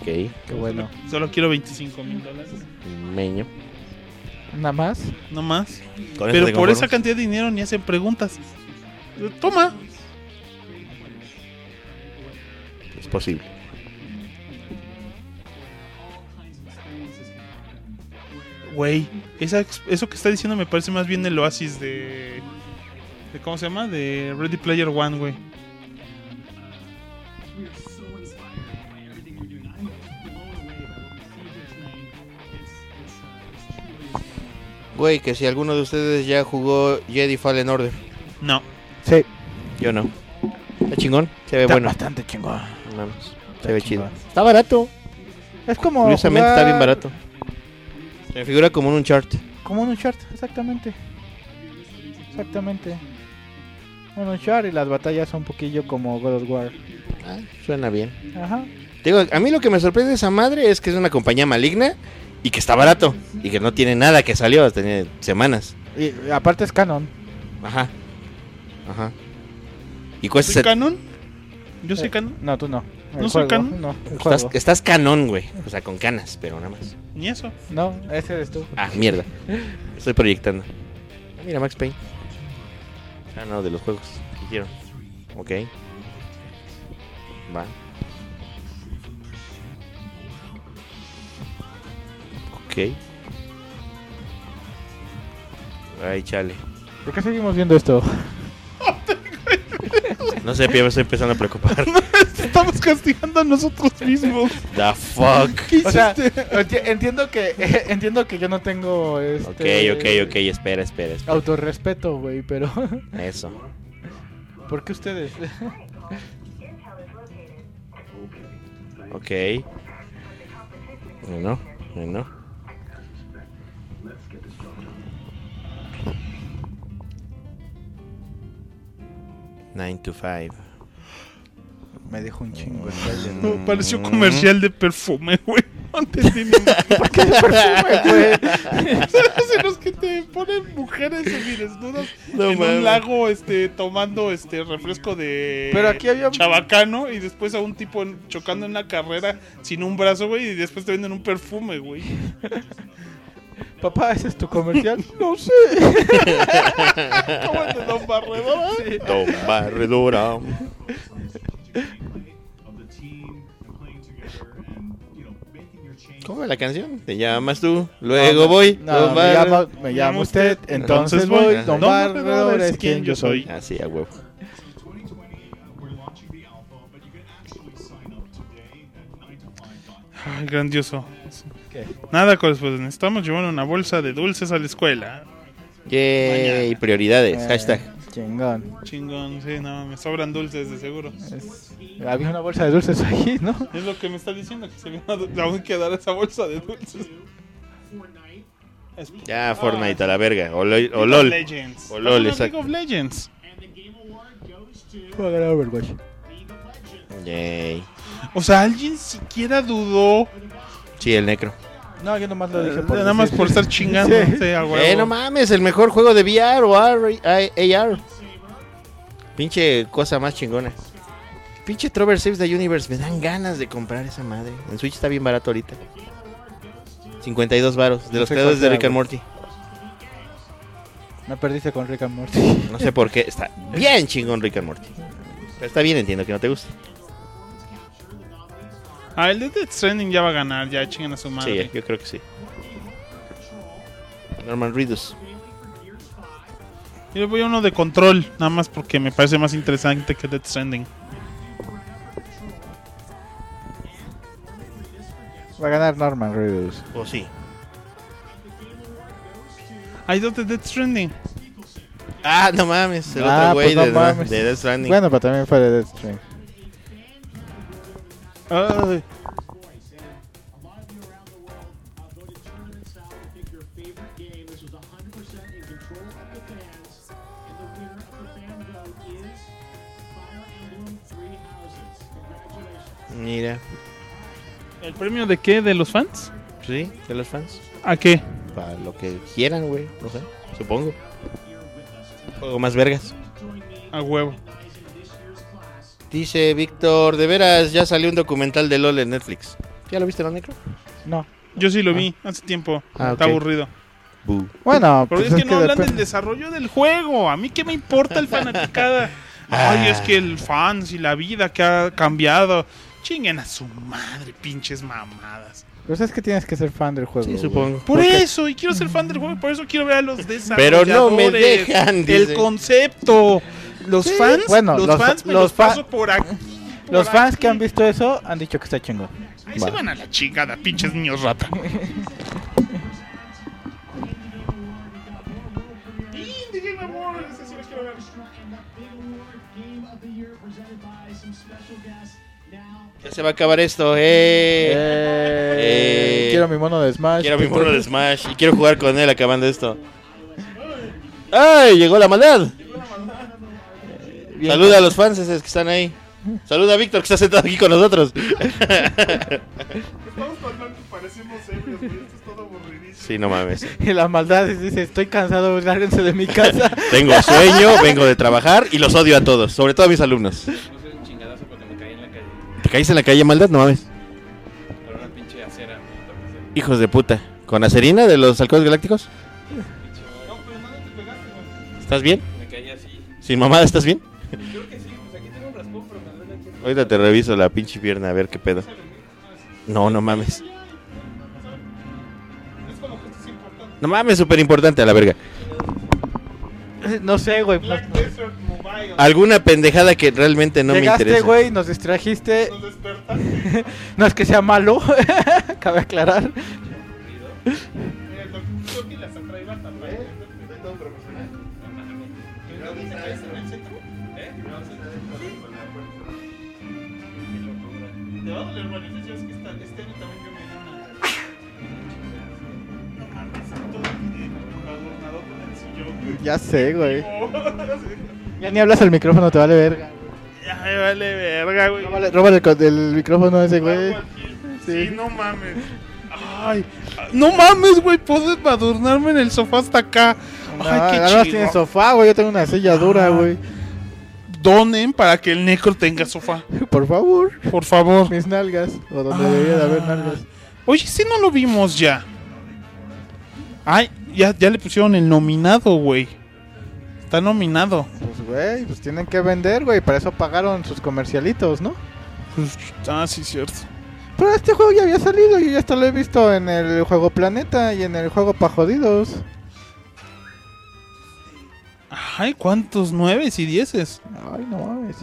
Ok, Qué bueno. Solo quiero 25 mil dólares. meño. Nada más. No más. Con eso te Pero por conformas. esa cantidad de dinero ni hacen preguntas. Toma. Es posible. Güey, esa ex- eso que está diciendo me parece más bien el oasis de, de ¿cómo se llama? De Ready Player One, güey. Güey, que si alguno de ustedes ya jugó Jedi Fallen Order. No. Sí. Yo no. Está chingón, se ve Está bueno. bastante chingón. No mames, se ve chido. chingón. Está barato. Es como. Curiosamente está bien jugar barato. Se me figura como un chart. Como un Uncharted, exactamente. Exactamente. Un Uncharted y las batallas son un poquillo como God of War. Ah, suena bien. Ajá. Te Digo, a mí lo que me sorprende de esa madre es que es una compañía maligna y que está barato y que no tiene nada que salió hasta tiene semanas. Y, y aparte es canon. Ajá. Ajá. Y ¿Soy cuesta set- canon? Yo soy canon. No, tú no. El ¿No soy juego, canon? No, el estás, juego. estás canon, güey, o sea, con canas, pero nada más. Ni eso. No, ese eres tú. Ah, mierda. Estoy proyectando. Ah, mira Max Payne. Ah, no, de los juegos que hicieron. Ok. Va. Ok. Ay, chale. ¿Por qué seguimos viendo esto? No sé, pero me estoy empezando a preocupar. este, Estamos castigando a nosotros mismos. Este, The fuck. ¿Qué O sea, hiciste? enti- entiendo que entiendo que yo no tengo este Ok, ok, ok, espera, espera, espera. autorrespeto, güey, pero Eso. ¿por qué ustedes? Ok. Bueno, bueno. Nine to five. Me dejó un chingo. No, pareció Mm. comercial de perfume, güey. No entendí nada. Se los que te ponen mujeres semidesnudas No en mames. un lago este, tomando este refresco de Pero aquí había- chabacano y después a un tipo en- chocando en una carrera sin un brazo, güey, y después te venden un perfume, güey. Papá, ese es tu comercial. no sé. ¿Cómo te don Barredora? Don Barredora. ¿Cómo es la canción? Te llamas tú, luego voy. No, Don me, Barre- llama, me llama usted, entonces voy. Don Don Barredor es quien yo soy. Ah, sí, a huevo. Ay, grandioso. ¿Qué? Nada, pues pues, necesitamos llevar una bolsa de dulces a la escuela. Yay, prioridades. Eh, Hashtag. Chingón. Chingón, sí, no, me sobran dulces de seguro. Es- Había una bolsa de dulces ahí, ¿no? Es lo que me está diciendo, que se me va a aún quedar esa bolsa de dulces. Es- Ya, Fortnite a la verga. O, lo- o LOL. Legends. O LOL, Vamos a exacto. League of Legends. Fue a ganar Overwatch. Yay. O sea, alguien siquiera dudó. eh, Sí, el necro. No, yo nomás lo dije Eh, por Nada más decir. por estar chingando. Sí. sí, a huevo. Eh, no mames, el mejor juego de VR o AR. ay, AR. Pinche cosa más chingona. Pinche Trover Saves the Universe. Me dan ganas de comprar esa madre. En Switch está bien barato ahorita. 52 varos. De No los sé creadores de cuánto Rick era, and Morty. Me perdiste con Rick and Morty. No sé por qué. Está bien chingón Rick and Morty. Pero está bien, entiendo que no te gusta. Ah, el de Death Stranding ya va a ganar, ya chingan a su madre. Sí, eh, yo creo que sí. Norman Reedus. Yo le voy a uno de control, nada más porque me parece más interesante que Death Stranding. Va a ganar Norman Reedus. O sí. Hay dos de Death Stranding. Ah, no mames. El Ah, otro güey pues no de- mames. de, Death Stranding. Bueno, pero también fue de Death Stranding. Ay. Mira. ¿El premio de qué? ¿De los fans? Sí, de los fans. ¿A qué? Para lo que quieran, güey. No sé, supongo. Juego más vergas. A huevo. Dice Víctor, de veras, ya salió un documental de LOL en Netflix. ¿Ya lo viste, no, Necro? No. Yo sí lo vi hace tiempo. Ah, Está ok. aburrido. Bu. Bueno, Pero pues es que no hablan depe- del desarrollo del juego. A mí qué me importa el fanaticada. Ay, es que el fans y la vida que ha cambiado. Chinguen a su madre, pinches mamadas. Pero sabes Pues que tienes que ser fan del juego. Sí, güey. supongo. Por Porque- eso, y quiero ser fan del juego, por eso quiero ver a los Pero desarrolladores. no me dejan, dice. El concepto. Los Sí, fans, bueno, los, los- fans me los los, fa- paso por aquí. por Los fans que aquí. han visto eso han dicho que está chingón. Ahí se van a la chingada, pinches niños rata. Y, DJ Mamor, ese sí lo quiero ver. Ya se va a acabar esto, eh. Eh, Eh. Quiero mi mono de Smash. Quiero mi mono de Smash y quiero jugar con él acabando esto. ¡Ay! Llegó la maldad. Bien, Eh, Saluda a los fans esos que están ahí. Saluda a Víctor que está sentado aquí con nosotros. Estamos contando que parecemos ebrios, güey. Esto es todo aburridísimo. Sí, no mames. Y las maldades dice, estoy cansado, lárguense de mi casa. Tengo sueño, vengo de trabajar y los odio a todos, sobre todo a mis alumnos. Puse un chingadazo porque me caí en la calle. ¿Te caíste en la calle maldad? No mames. Por una pinche acera. me tocó hacer. Hijos de puta. ¿Con acerina de los halcones galácticos? No, pero no, no te pegaste, güey. ¿Estás bien? Me caí así. ¿Sin mamada estás bien? Creo que sí, pues aquí tengo un raspón, pero me duele aquí. Ahorita te reviso la pinche pierna a ver qué pedo. No, no mames. No mames, súper importante a la verga. no sé, güey. pues, Black Desert Mobile. Alguna pendejada que realmente no me Llegaste, interesa. güey, nos distrajiste. Nos despertaste. No es que sea malo, cabe aclarar. Mira, el doctor Chucky las atrae bata, güey. No, pero pues, ¿no? ¿Te caes en el centro? Te va a doler, bueno, es que esta- este año también yo me dio una- No mames, todo adornado con el sillón, güey. Ya sé, güey. Ya Ya ni hablas al micrófono, te vale verga. me vale verga, güey. Róbale, róbale el, co- el micrófono a ese, güey. Sí, no mames. Ay, no mames, güey. Puedo adornarme en el sofá hasta acá. Ay, No, qué chido. además tiene sofá, güey. Yo tengo una silla dura, Ah. güey. Donen para que el necro tenga sofá, Por favor, por favor. mis nalgas. O donde debería de haber nalgas. Oye, si no lo vimos ya. Ay, ya, ya le pusieron el nominado, güey. Está nominado. Pues, güey, pues tienen que vender, güey. Para eso pagaron sus comercialitos, ¿no? Pues, ah, sí, cierto. Pero este juego ya había salido. Yo ya hasta lo he visto en el juego Planeta y en el juego Pa' Jodidos. Ay, ¿cuántos nueves y dieces? Ay, no mames.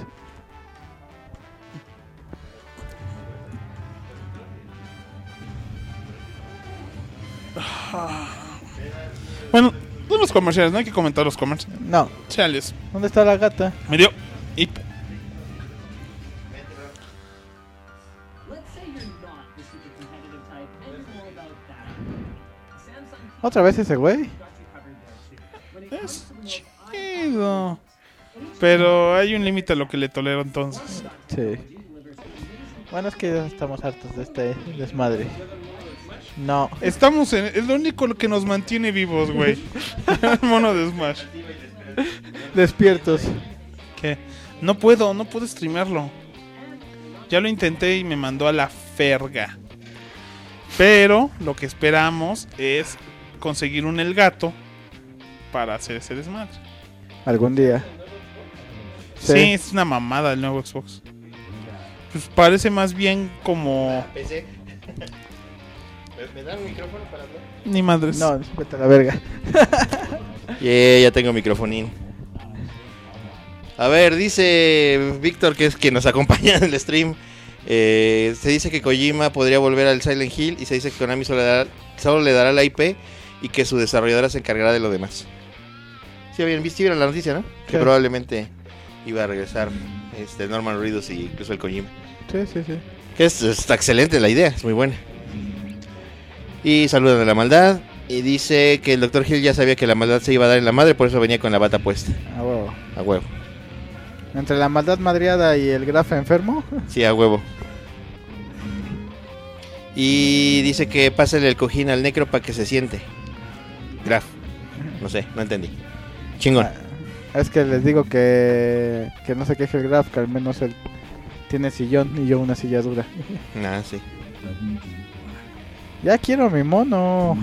Bueno, de los comerciales, no hay que comentar los comerciales. No, Chales, ¿dónde está la gata? me dio. Y Let's say you're not the super competitive type, and it's all about that. Samsung Otra vez ese güey. got you covered there too. When it comes Es to the world chido. Pero hay un límite a lo que le tolero entonces. Sí. Bueno, es que ya estamos hartos de este desmadre. No. Estamos en. Es lo único lo que nos mantiene vivos, güey. El mono de Smash. Despiertos. ¿Qué? No puedo, no puedo streamearlo. Ya lo intenté y me mandó a la ferga. Pero lo que esperamos es conseguir un El Gato para hacer ese desmadre. Algún día. Sí, es una mamada el nuevo Xbox. Pues parece más bien como. ¿Me dan micrófono para hablar? Ni madres. No, vete a la verga. Yeah, ya tengo microfonín. A ver, dice Víctor, que es quien nos acompaña en el stream. eh, se dice que Kojima podría volver al Silent Hill y se dice que Konami solo le dará, solo le dará la IP y que su desarrolladora se encargará de lo demás. Sí, habían visto sí vieron la noticia, ¿no? Que Sí. probablemente iba a regresar este, Norman Reedus y incluso el Kojima. Sí, sí, sí. Que es- está excelente la idea, es muy buena. Y saludan a la maldad. Y dice que el doctor Hill ya sabía que la maldad se iba a dar en la madre, por eso venía con la bata puesta. A Ah, huevo. A huevo. Entre la maldad madriada y el grafa enfermo. Sí, a huevo. Y dice que pásale el cojín al necro para que se siente. Graf. No sé, no entendí. Chingón. Es que les digo que, que no se queje el graf, que al menos él tiene sillón y yo una silla dura. Ah, sí. Ya quiero mi mono.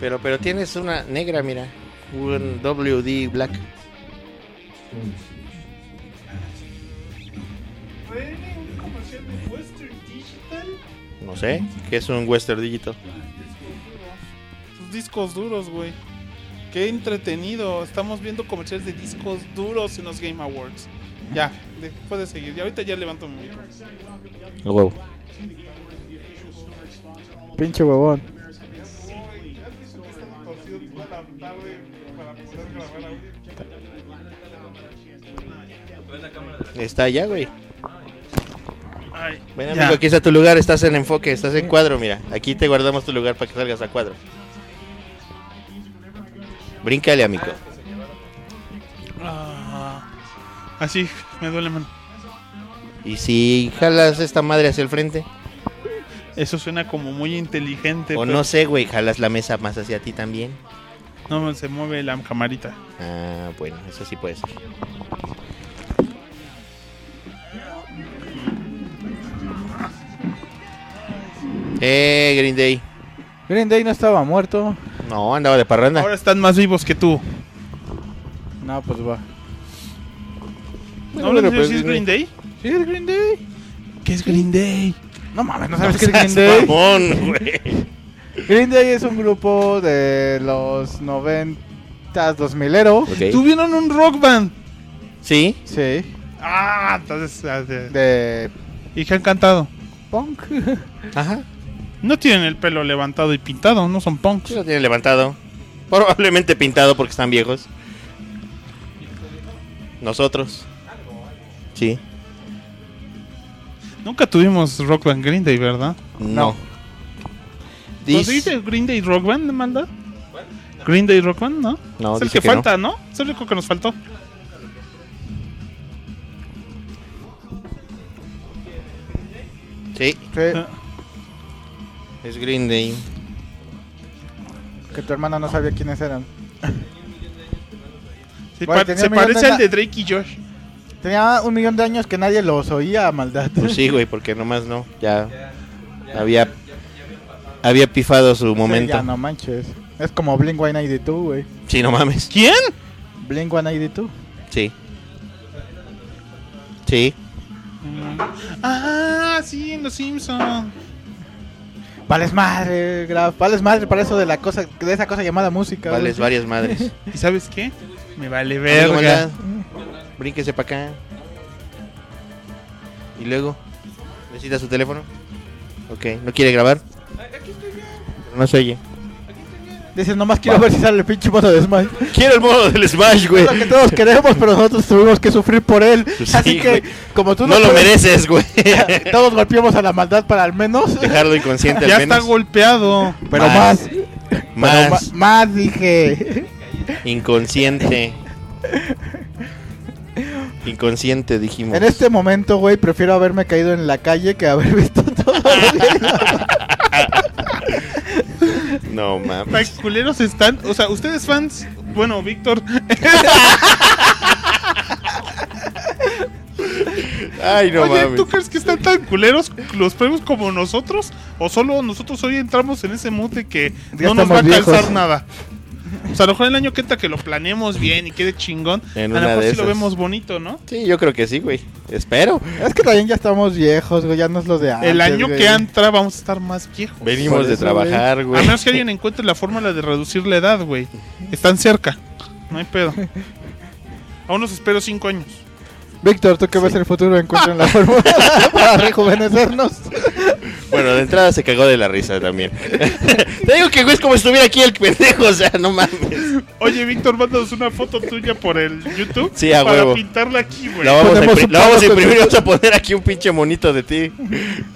Pero, pero tienes una negra, mira. Un WD Black. No sé, que es un Western Digital. Sus discos duros, güey. Qué entretenido. Estamos viendo comerciales de discos duros en los Game Awards. Ya, de- puedes seguir. Ya ahorita ya levanto mi micro. A huevo. Pinche huevón. Está allá, güey. Ay, Ven, ya. amigo, aquí está tu lugar, estás en enfoque, estás en cuadro, mira. Aquí te guardamos tu lugar para que salgas a cuadro. Bríncale, amigo. Ah, así, me duele, mano. Y si jalas esta madre hacia el frente, Eso suena como muy inteligente. o pero- no sé, güey, jalas la mesa más hacia ti también. No, se mueve la camarita. Ah, bueno, eso sí puede ser. Eh, Green Day. Green Day no estaba muerto. No, andaba de parranda. Ahora están más vivos que tú. No, pues va. ¿No hablan de pues, si es Green Day? ¿Sí es Green Day? ¿Qué es Green Day? No mames, ¿no sabes qué es Seas Green Day? mamón, güey. Green Day es un grupo de los 90s, 2000 eros. Tuvieron un rock band. Sí, Sí, Ah, entonces. ah, de- de ¿Y que han cantado? punk. ajá. No tienen el pelo levantado y pintado, no son punks. Sí lo tienen levantado. Probablemente pintado porque están viejos. Nosotros. Sí. Nunca tuvimos rock band Green Day, ¿verdad? No. Dice. ¿Conseguiste Green Day Rock Band, Amanda? Green Day Rock Band, ¿no? No, es el dice que, que no. falta, ¿no? Es el único que nos faltó. Sí, Sí, Ah, es Green Day. que tu hermana no sabía quiénes eran. Se, Bueno, pa- tenía se un millón parece de al de Drake y Josh. Tenía un millón de años que nadie los oía, maldad. Pues sí, güey, porque nomás no. Ya. Había. Había pifado su momento. Ya, no manches. Es como Blink 182, güey. Sí, no mames. ¿Quién? Blink 182. Sí. Sí. Ah, sí, en Los Simpsons. Vales madre, Graf. Vales madre para eso de la cosa, de esa cosa llamada música. güey. Vales varias madres. ¿Y sabes qué? Me vale Amigo verga. Maldad, Brínquese para acá. Y luego, necesita su teléfono. Ok, no quiere grabar. No se oye. Dices, nomás quiero ver si sale el pinche mono de Smash. Quiero el modo del Smash, güey. Es lo que todos queremos, pero nosotros tuvimos que sufrir por él. Pues Así sí, que, güey. como tú No lo puedes- mereces, güey. Todos golpeamos a la maldad para al menos. Dejarlo inconsciente Ya al está menos. golpeado. Pero Más. más, pero Más ma- más dije. inconsciente. Inconsciente, dijimos. En este momento, güey, prefiero haberme caído en la calle que haber visto todo. No mames. Los culeros están. O sea, ustedes fans. Bueno, Víctor. Ay, no Oye, ¿tú mames. crees que están tan culeros los premios como nosotros? ¿O solo nosotros hoy entramos en ese mute que Ya no nos va a estamos viejos. calzar nada? O sea, a lo mejor el año que entra que lo planeemos bien y quede chingón. En a una lo mejor de sí lo esas. vemos bonito, ¿no? Sí, yo creo que sí, güey. Espero. es que también ya estamos viejos, güey, ya no es lo de Ah, antes. el año güey. que entra vamos a estar más viejos. Venimos Por de eso, güey. trabajar, A güey. menos que alguien encuentre la fórmula de reducir la edad, güey. Están cerca. No hay pedo. Aún los espero cinco años. Víctor, tú que ves el futuro, encuentran la fórmula para rejuvenecernos. Bueno, de entrada se cagó de la risa también. Te digo que güey es como si estuviera aquí el pendejo, o sea, no mames. Oye, Víctor, mándanos una foto tuya por el YouTube. Sí, a Para huevo. pintarla aquí, güey. La vamos, a, Ponemos impri- un la vamos a palo con- imprimir y vamos a poner aquí un pinche monito de ti.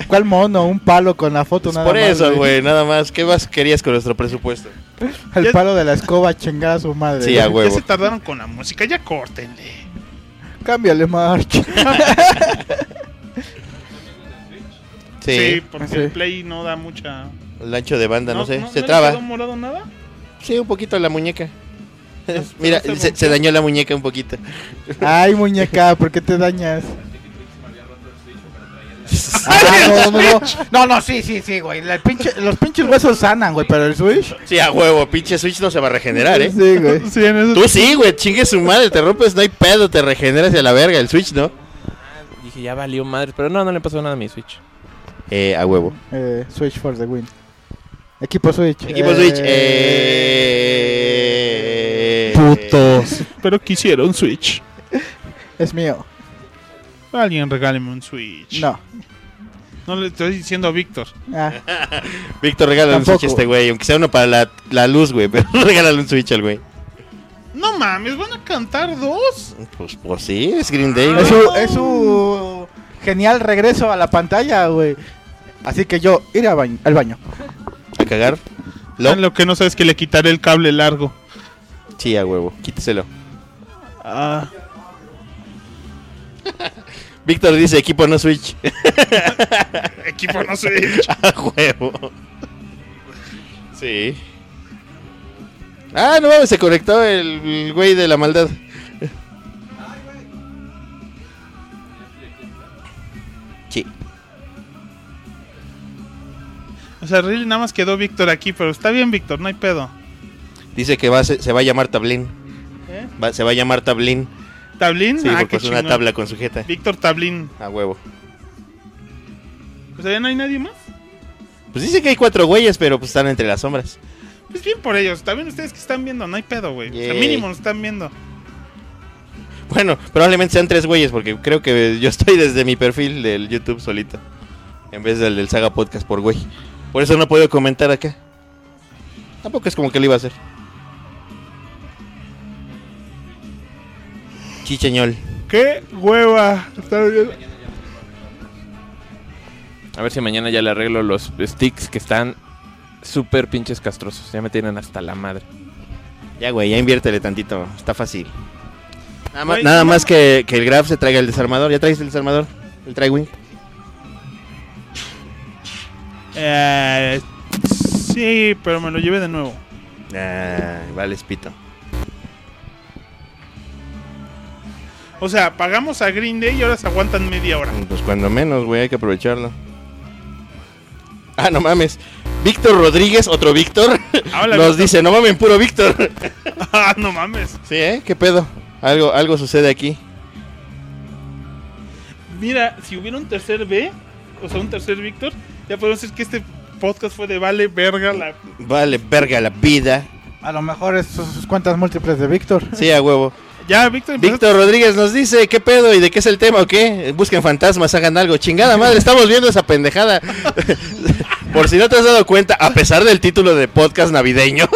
¿Cuál mono? Un palo con la foto Pues nada por más, eso, güey, nada más. ¿Qué más querías con nuestro presupuesto? El Ya- palo de la escoba chingar a su madre. Sí, a Ya huevo. se tardaron con la música, ya córtenle. Cámbiale, March. Sí, Sí, porque Ah, Sí. el play no da mucha. el ancho de banda, no, sé. se le quedó traba. morado nada? Sí, un poquito la muñeca. Pues, Mira, no se se, se rompió. dañó la muñeca un poquito. Ay, muñeca, ¿por qué te dañas? Ah, no, no, no. No, no, sí, sí, sí, güey. La pinche- los pinches huesos sanan, güey, pero el Switch. Sí, a huevo, pinche Switch no se va a regenerar, ¿eh? Sí, güey. Sí, en eso. Tú sí, güey, chingue su madre, te rompes, no hay pedo, te regeneras y a la verga, el Switch, ¿no? Ah, Dije, ya valió madre. Pero no, no le pasó nada a mi Switch. Eh, a huevo. Eh, Switch for the win. Equipo Switch. Equipo Eh, Switch. Eh... Putos. Pero quisiera un Switch. Es mío. Alguien regáleme un Switch. No. No le estoy diciendo a Víctor. Ah, Víctor, regala un Tampoco. Switch a este güey. Aunque sea uno para la, la luz, güey. Pero regálale un Switch al güey. No mames, ¿van a cantar dos? Pues, pues sí, es Green Day, es, güey. su, es su genial regreso a la pantalla, güey. Así que yo iré a bañ- al baño. A cagar. Lo- Ah, Lo que no sabes es que le quitaré el cable largo. Sí, Ah. a huevo. Quíteselo. Ah. Víctor dice, equipo no Switch. Equipo no Switch. A huevo. Sí. Ah, no mames, se conectó el, el güey de la maldad. Sí. O sea, really nada más quedó Víctor aquí, pero está bien, Víctor, no hay pedo. Dice que va, a se, se va a llamar Tablín. Va- se va a llamar Tablín. ¿Tablín? Sí, ¿Eh? Ah, porque qué es una chingón. tabla con sujeta. Víctor Tablín. A huevo. O sea, ya no hay nadie más. Pues dice que hay cuatro güeyes, pero pues están entre las sombras. Pues bien por ellos. También ustedes que están viendo, no hay pedo, güey. O sea, Yay. mínimo nos están viendo. Bueno, probablemente sean tres güeyes, porque creo que yo estoy desde mi perfil del YouTube solito. En vez del del Saga Podcast por güey. Por eso no puedo comentar acá. Tampoco es como que lo iba a hacer. Chicheñol. ¡Qué hueva! Están viendo. A ver si mañana ya le arreglo los sticks que están súper pinches castrosos. Ya me tienen hasta la madre. Ya, güey, ya inviértele tantito. Está fácil. Nada, ma- Güey, nada no más que, que el Graf se traiga el desarmador. ¿Ya traes el desarmador? ¿El Triwing? Eh, sí, pero me lo llevé de nuevo. Ah, vale, espito. O sea, pagamos a Green Day y ahora se aguantan media hora. Pues cuando menos, güey, hay que aprovecharlo. Ah, no mames. Víctor Rodríguez, otro Víctor, Hola, Víctor. nos dice, no mames, puro Víctor. ah, no mames. sí, ¿eh? ¿Qué pedo? Algo, algo sucede aquí. Mira, si hubiera un tercer B, o sea, un tercer Víctor, ya podemos decir que este podcast fue de vale verga la... Vale, verga la vida. A lo mejor es sus sus cuentas múltiples de Víctor. Sí, a huevo. Ya, Víctor. Víctor Rodríguez nos dice, ¿qué pedo? ¿Y de qué es el tema o qué? Busquen fantasmas, hagan algo. Chingada madre, estamos viendo esa pendejada. Por si no te has dado cuenta, a pesar del título de podcast navideño.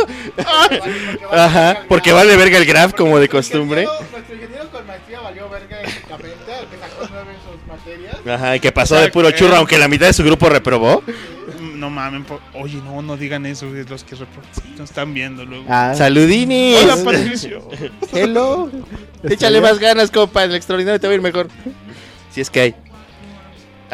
Ajá, porque vale verga el graf como de costumbre. Nuestro pues, ingeniero con maestría valió verga en Capenta, el que sacó nueve en sus materias. Ajá, y que pasó de puro churro, aunque la mitad de su grupo reprobó. Mm, No mamen, po- oye, no, no digan eso, güey, los que repro- nos están viendo luego. Ah. Saludines. Hola, Patricio. Hello. este Échale más ganas, compa. El extraordinario te va a ir mejor. Si es que hay.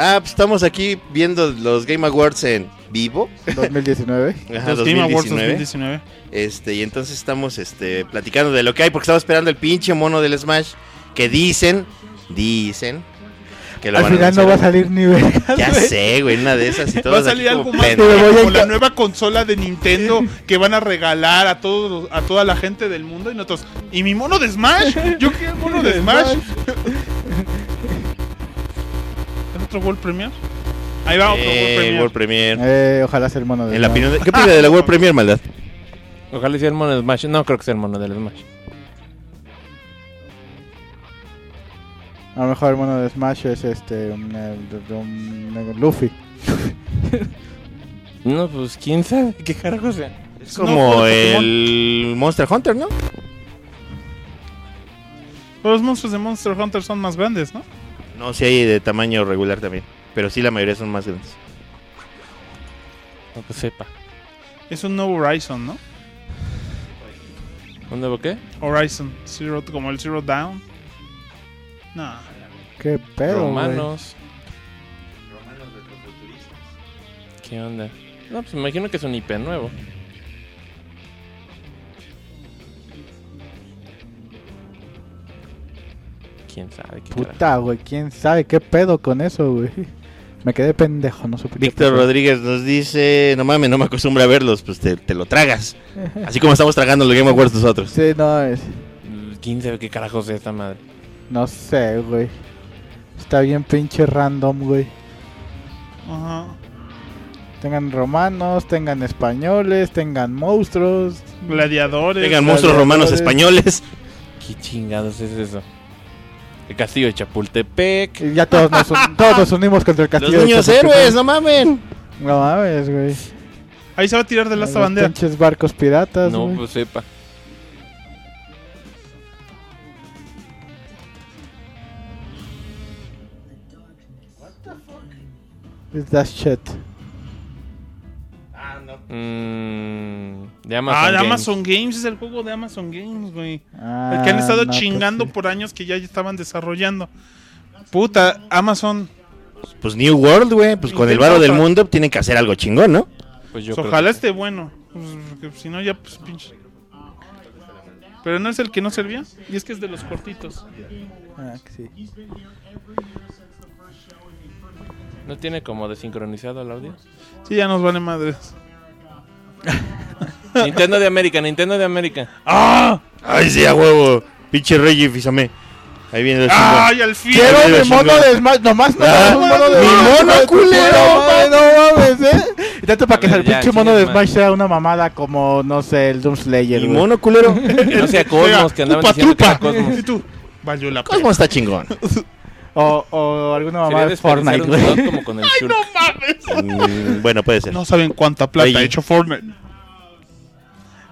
Ah, pues estamos aquí viendo los Game Awards en vivo. 2019. Ajá, Los Game Awards 2019. Este, y entonces estamos este, platicando de lo que hay, porque estaba esperando el pinche mono del Smash. Que dicen, dicen. Que lo Al van final no va a anunciar. salir ni verga. Ya sé, güey, una de esas y Va a todos salir aquí algo como más pendejos. Me voy a como la enca- nueva consola de Nintendo que van a regalar a todos los- a toda la gente del mundo y nosotros. ¿Y mi mono de Smash? Yo quiero el mono de Smash. ¿Es otro World Premier? Ahí va otro World Eh, Premier. World Premier. Eh, ojalá sea el mono de. En la Smash. opinión de- ¿Qué opina de la World Premier, maldad? Ojalá sea el mono de Smash. No creo que sea el mono del Smash. A lo mejor el mono de Smash es este. Un, eh, de- de un- de un Luffy. No, pues quién sabe qué carajos sea. Es No, como pero Pokémon. el Monster Hunter, ¿no? Pero los monstruos de Monster Hunter son más grandes, ¿no? No, sí hay de tamaño regular también. Pero sí, la mayoría son más grandes. No que sepa. Es un nuevo Horizon, ¿no? ¿Un nuevo qué? Horizon, Zero, como el Zero Down. No. Qué pedo. güey. Romanos. ¿Qué onda? No, pues me imagino que es un IP nuevo. ¿Quién sabe qué carajo? Puta, güey. ¿Quién sabe qué pedo con eso, güey? Me quedé pendejo, no supe qué Víctor pasó. Rodríguez nos dice: No mames, no me acostumbro a verlos. Pues te, te lo tragas. Así como estamos tragando los Game Awards nosotros. Sí, no, es. ¿Quién sabe qué carajos es esta madre? No sé, güey. Está bien pinche random, güey. Ajá. Tengan romanos, tengan españoles, tengan monstruos. Gladiadores. Vengan monstruos romanos españoles. ¿Qué chingados es eso? El castillo de Chapultepec. Y ya todos nos, un- todos nos unimos contra el Los castillo. de niños Chapultepec. héroes, no mamen. No mames, güey. Ahí se va a tirar de la Los esta bandera. pinches barcos piratas, No, güey. pues sepa. It's that shit. Mm, de Amazon. Ah, de Games. Amazon Games, es el juego de Amazon Games, güey. Ah, el que han estado no, pues chingando sí. por años que ya estaban desarrollando. Puta, Amazon. Pues New World, güey. Pues con el Intenta varo del otra. mundo tienen que hacer algo chingón, ¿no? Pues Pues ojalá esté bueno. Pues, porque si no, ya, pues pinche. Pero no es el que no servía. Y es que es de los cortitos. Ah, que sí. este- ¿No tiene como desincronizado el audio? Sí, ya nos vale madres. Nintendo de América, Nintendo de América. ¡Ah! Ay, sí, a huevo. Pinche Reggie Fisame. Ahí viene el ¡Ay, al fin! Quiero Ay, mi mono chingón. de Smash. Nomás no Ah, un mono de mi Smash. mono, culero, No mames, No mames, eh. Y tanto para A que ver, el ya, pinche mono chingue de su Smash sea una mamada como, no sé, el Doom Slayer. Mi güey. mono culero. No sea Cosmos, que andaban Tupa, diciendo que era tupa. Cosmos. Y tú, valió la Cosmo está chingón. O, o alguna Sería mamada de desperdiciar Fortnite, un güey. slot como con el Shulk. Mm, bueno, puede ser. No saben cuánta plata Oye. ha hecho Fortnite.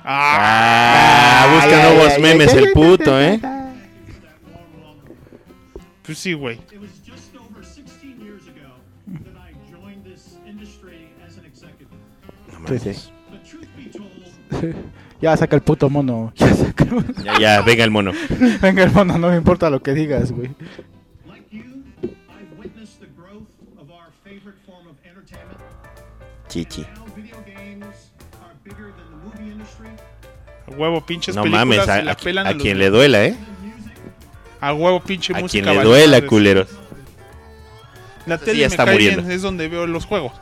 Ah, busca Ay, nuevos ay, memes ay, el ay, puto, ¿eh? Pues sí, güey. Sí, sí. Ya saca el puto mono. Ya saca el mono. Ya, ya, venga el mono. Venga, hermano, no me importa lo que digas, güey. Chichi. A huevo, pinches No películas mames, se a, la a- pelan a los- quien le duela, ¿eh? A huevo, pinche A música. quien le vale duela, madres. culeros. La tele ya me está cae bien, muriendo. es donde veo los juegos.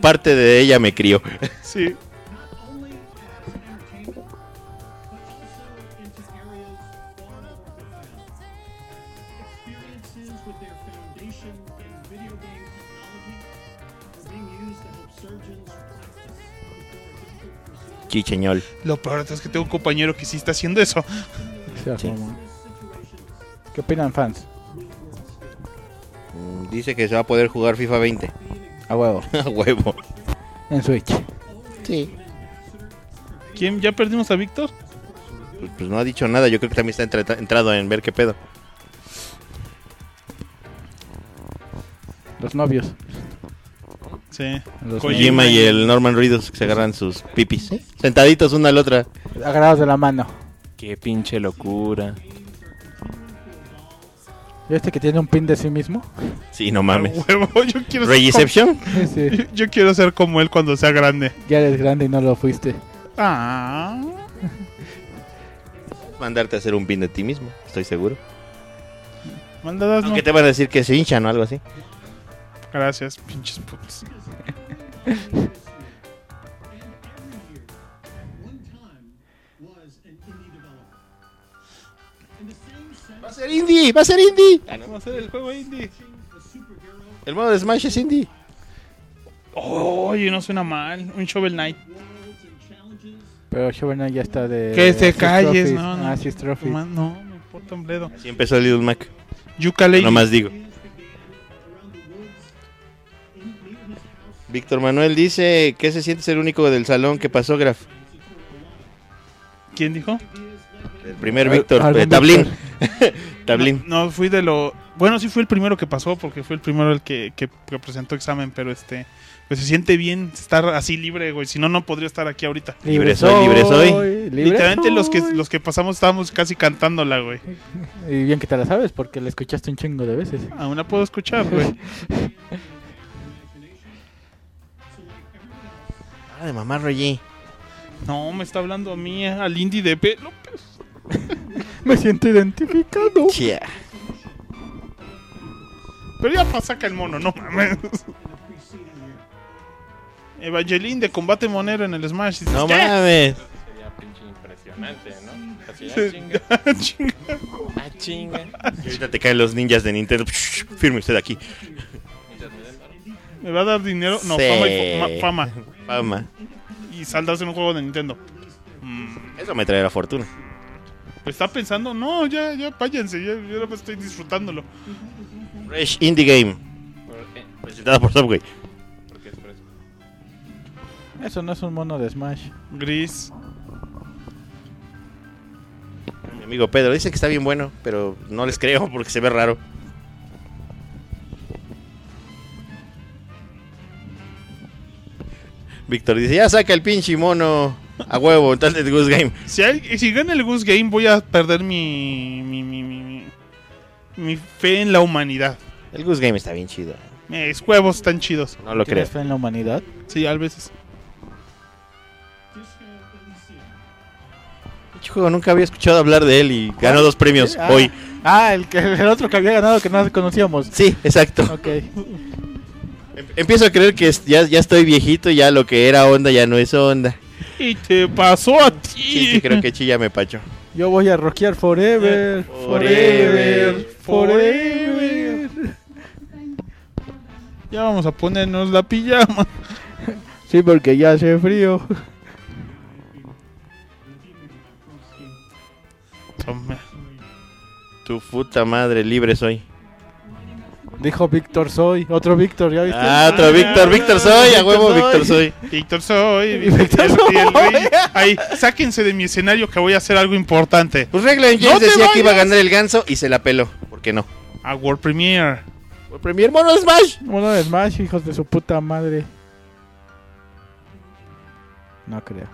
Parte de ella me crió. Sí. Chicheñol. Lo peor es que tengo un compañero que sí está haciendo eso. Seas mamón. ¿Qué opinan, fans? Mm, Dice que se va a poder jugar FIFA 20. A huevo. A huevo. Pues, En Switch. Sí. ¿Quién? ¿Ya perdimos a Víctor? Pues, pues no ha dicho nada. Yo creo que también está entra- entrado en ver qué pedo. Los novios. Sí. Los Kojima. Jima Pues y el Norman Reedus que se agarran sus pipis. Sentaditos una a la otra. novios. Agarrados de la mano. Qué pinche locura. ¿Y este que tiene un pin de sí mismo? Sí, no A mames. huevo, yo quiero, ser Regiception. Sí, sí. como, yo quiero ser como él cuando sea grande. Ya eres grande y no lo fuiste. Ah. Mandarte a hacer un pin de ti mismo, estoy seguro. Mandadas no. Aunque te van a decir que se hinchan o algo así. Gracias, pinches putos. Va a ser indie, va a ser indie. Vamos a hacer el juego indie. El modo de Smash es indie. Oye, no suena mal. Un Shovel Knight. Pero Shovel ya está de. Que te Six calles, Eh, no, Trophies. no. Ah, Six Trophies. Man, no, me importa un bledo. Así empezó Little Mac. Yuka Lady. No más digo. Víctor Manuel dice, ¿qué se siente ser único del salón que pasó, Graf? ¿Quién dijo? El primer Al- Víctor, algún eh, Tablín. Tablín. No, no, fui de lo. Bueno, sí fui el primero que pasó, porque fue el primero el que, que- que presentó examen, pero este. Pues se siente bien estar así libre, güey. Si no, no podría estar aquí ahorita. Libre soy, libre soy. libre Literalmente los que soy. los que pasamos estábamos casi cantándola, güey. Y bien que te la sabes porque la escuchaste un chingo de veces. Aún la puedo escuchar, güey. Ah, de mamá Roger. No, me está hablando a mí, al Indy de P. López. Me siento identificado. Chia. Pero ya pasa que el mono, no mames. Evangeline de combate monero en el Smash. Dices, No ¿qué? mames. Sería pinche impresionante, ¿no? Así, ah, chinga, Sí, chinga. ah, chinga. Y ahorita te caen los ninjas de Nintendo. Firme usted aquí. ¿Me va a dar dinero? No, Sí. fama, y fo- ma- fama. Fama. Y saldarse en un juego de Nintendo. Eso me traerá fortuna. Pues está pensando, no, ya, ya, váyanse, ya, yo nada más estoy disfrutándolo. Fresh Indie Game. Por- eh, Presentado por Subway. porque es fresco. Eso no es un mono de Smash. Gris. Mi amigo Pedro dice que está bien bueno, pero no les creo porque se ve raro. Víctor dice, ya saca el pinche mono a huevo, tal de Goose Game. Si, hay- si gana el Goose Game voy a perder mi... mi, mi, mi, mi- mi fe en la humanidad. Eh, El Goose Game está bien chido. Mis huevos están chidos. No lo creo. ¿Tienes fe en la humanidad? Sí, a veces. Pinche juego, nunca había escuchado hablar de él y ganó dos premios ¿Sí? Ah, hoy. Ah, el, que- el otro que había ganado que no conocíamos. Sí, exacto. Em, Ok. Empiezo a creer que es- ya, ya estoy viejito y ya lo que era onda ya no es onda. Y te pasó a ti. Sí, sí, creo que chilla me pacho. Yo voy a rockear forever. Forever, Forever. Ya vamos a ponernos la pijama. Sí, porque ya hace frío. Toma. Tu puta madre, libre soy. Dijo Víctor Soy. Otro Víctor, ¿ya viste? Ah, otro Víctor, Víctor soy, a huevo, Víctor soy. Víctor soy. Víctor Víctor soy. soy. el rey. Ahí, sáquense de mi escenario que voy a hacer algo importante. Pues Reglan No James te decía que iba a vayas. ganar el ganso y se la peló. ¿Por qué no? A World Premiere. Por Premier Mono Smash. Uno de Smash, hijos de su puta madre. No creo.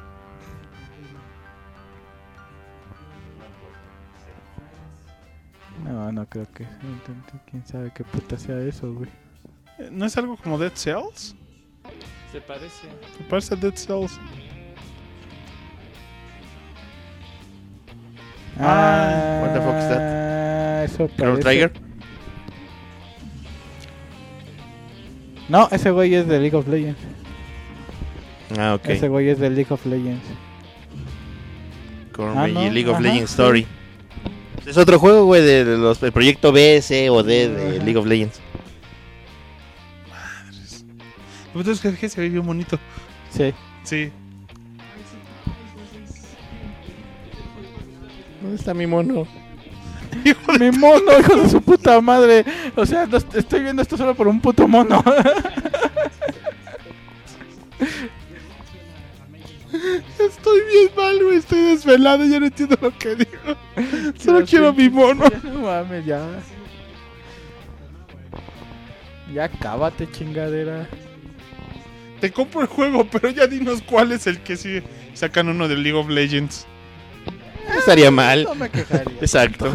No, no creo que. Quién sabe qué puta sea eso, güey. ¿No es algo como Dead Cells? Se parece. Me parece Dead Cells. Ah, what the fuck is that? Eso Chrono parece- Trigger. No, ese güey es de League of Legends. Ah, ok. Ese güey es de League of Legends. Con Ah, Regi- no, League of ajá, Legends sí. Story. Es otro juego, güey, de los, del proyecto BS o D de Ajá. League of Legends. Entonces Pues es que se ve bien bonito. Sí. Sí. ¿Dónde está mi mono? Mi mono, hijo de su puta madre. O sea, no est- estoy viendo esto solo por un puto mono. Estoy bien mal, güey. Estoy desvelado. Ya no entiendo lo que digo. Solo quiero mi mono. Ya no mames, ya. Ya cábate, chingadera. Te compro el juego, pero ya dinos cuál es el que sí sacan uno de League of Legends. No estaría mal. No me quejaría. Exacto.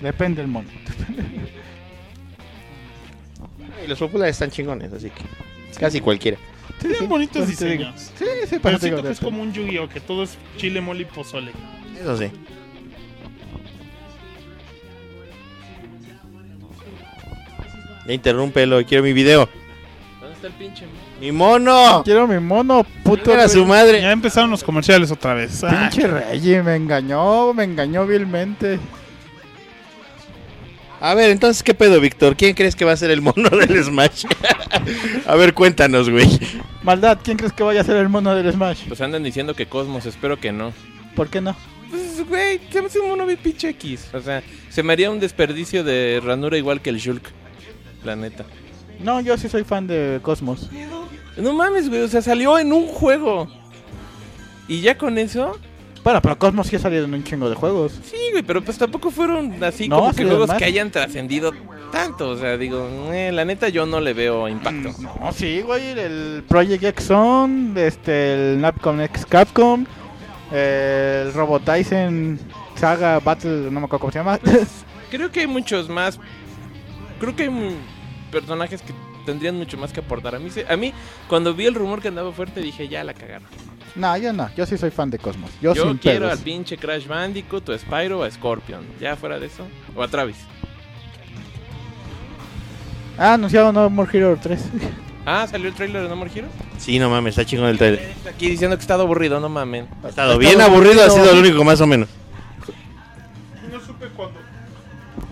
Depende el mono. Y los populares están chingones, así que casi cualquiera. Tienen bonitos por eso Pues te digo. diseños. Sí, sí, pues, para Pero ti. siento que es como un Yu-Gi-Oh! que todo es chile, mole y pozole. Eso sí. Ya interrúmpelo, quiero mi video. ¿Dónde está el pinche? ¡Mi mono! Quiero mi mono, puto. Era su madre. Ya empezaron los comerciales otra vez. Ah, Pinche Reggie, me engañó, me engañó vilmente. A ver, entonces, ¿qué pedo, Víctor? ¿Quién crees que va a ser el mono del Smash? a ver, cuéntanos, güey. Maldad, ¿quién crees que vaya a ser el mono del Smash? Pues andan diciendo que Cosmos, espero que no. ¿Por qué no? Pues, güey, se me hace un mono bien pinche X. O sea, se me haría un desperdicio de ranura igual que el Shulk. La neta. No, yo sí soy fan de Cosmos. No mames, güey, o sea, salió en un juego. Y ya con eso, Bueno, pero Cosmos sí ha salido en un chingo de juegos. sí, güey, pero pues tampoco fueron así No, ha como que salido juegos más. que hayan trascendido tanto. O sea, digo, eh, la neta yo no le veo impacto. Mm, No, sí, güey, el Project X Zone, este, el Napcom X Capcom, el Robo Tyson Saga Battle, no me acuerdo cómo se llama. Creo que hay muchos más. Creo que hay mm, personajes que tendrían mucho más que aportar. A mí, se- a mí cuando vi el rumor que andaba fuerte, dije, ya la cagaron. no, yo no, yo sí soy fan de Cosmos. Yo, Yo sin quiero pedos. al pinche Crash Bandicoot, o a Spyro, o a Scorpion. Ya fuera de eso. O a Travis. Ah, anunciado No More Hero 3. Ah, salió el trailer de No More Heroes. Sí, no mames, está chingón el trailer. Aquí diciendo que está aburrido, no mamen. Ha estado bien aburrido, ha sido lo único más o menos. No supe cuándo.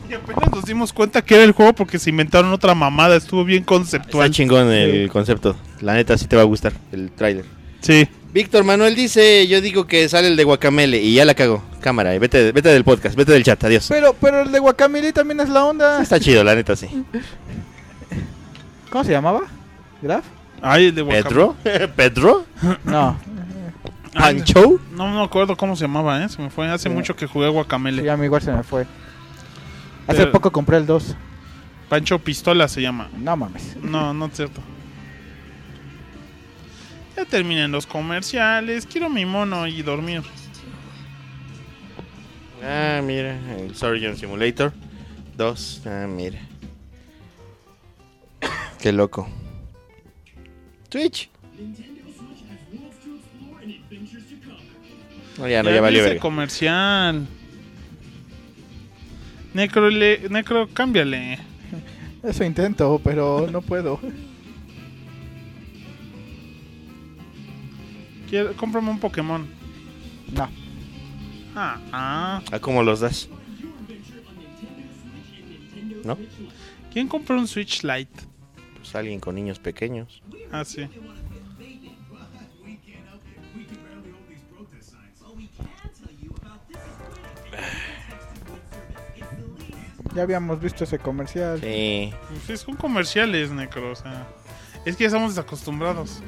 Y apenas nos dimos cuenta que era el juego porque se inventaron otra mamada. Estuvo bien Está conceptual. chingón el concepto. La neta, sí te va a gustar el trailer. Sí. Víctor Manuel dice, yo digo que sale el de Guacamele y ya la cago. Cámara, eh, vete, vete del podcast, vete del chat, adiós. Pero, pero el de Guacamole también es la onda. Está chido, la neta, sí. ¿Cómo se llamaba? ¿Graf? Ay, el de Guacamole. ¿Pedro? ¿Pedro? No, ¿Pancho? No me acuerdo cómo se llamaba, ¿eh? Se me fue. Hace Sí. mucho que jugué Guacamele. sí, a mí igual se me fue. Hace Pero- poco compré el 2. Pancho Pistola se llama. No mames. No, no es cierto. Ya terminan los comerciales. Quiero mi mono y dormir. Ah, mira, el Surgeon Simulator 2. Ah, mira. Qué loco. Twitch. No, ya, no, ya, vi valió ese verga. comercial. Necro, le- necro, cámbiale. Eso intento, pero no puedo. Quiero- cómprame un Pokémon. No. Ah, ah. Ah, ¿cómo los das? ¿No? ¿Quién compró un Switch Lite? Pues alguien con niños pequeños. Ah, sí. Ya habíamos visto ese comercial. Sí. Pues sí, son comerciales, Necro. O sea, es que ya estamos desacostumbrados.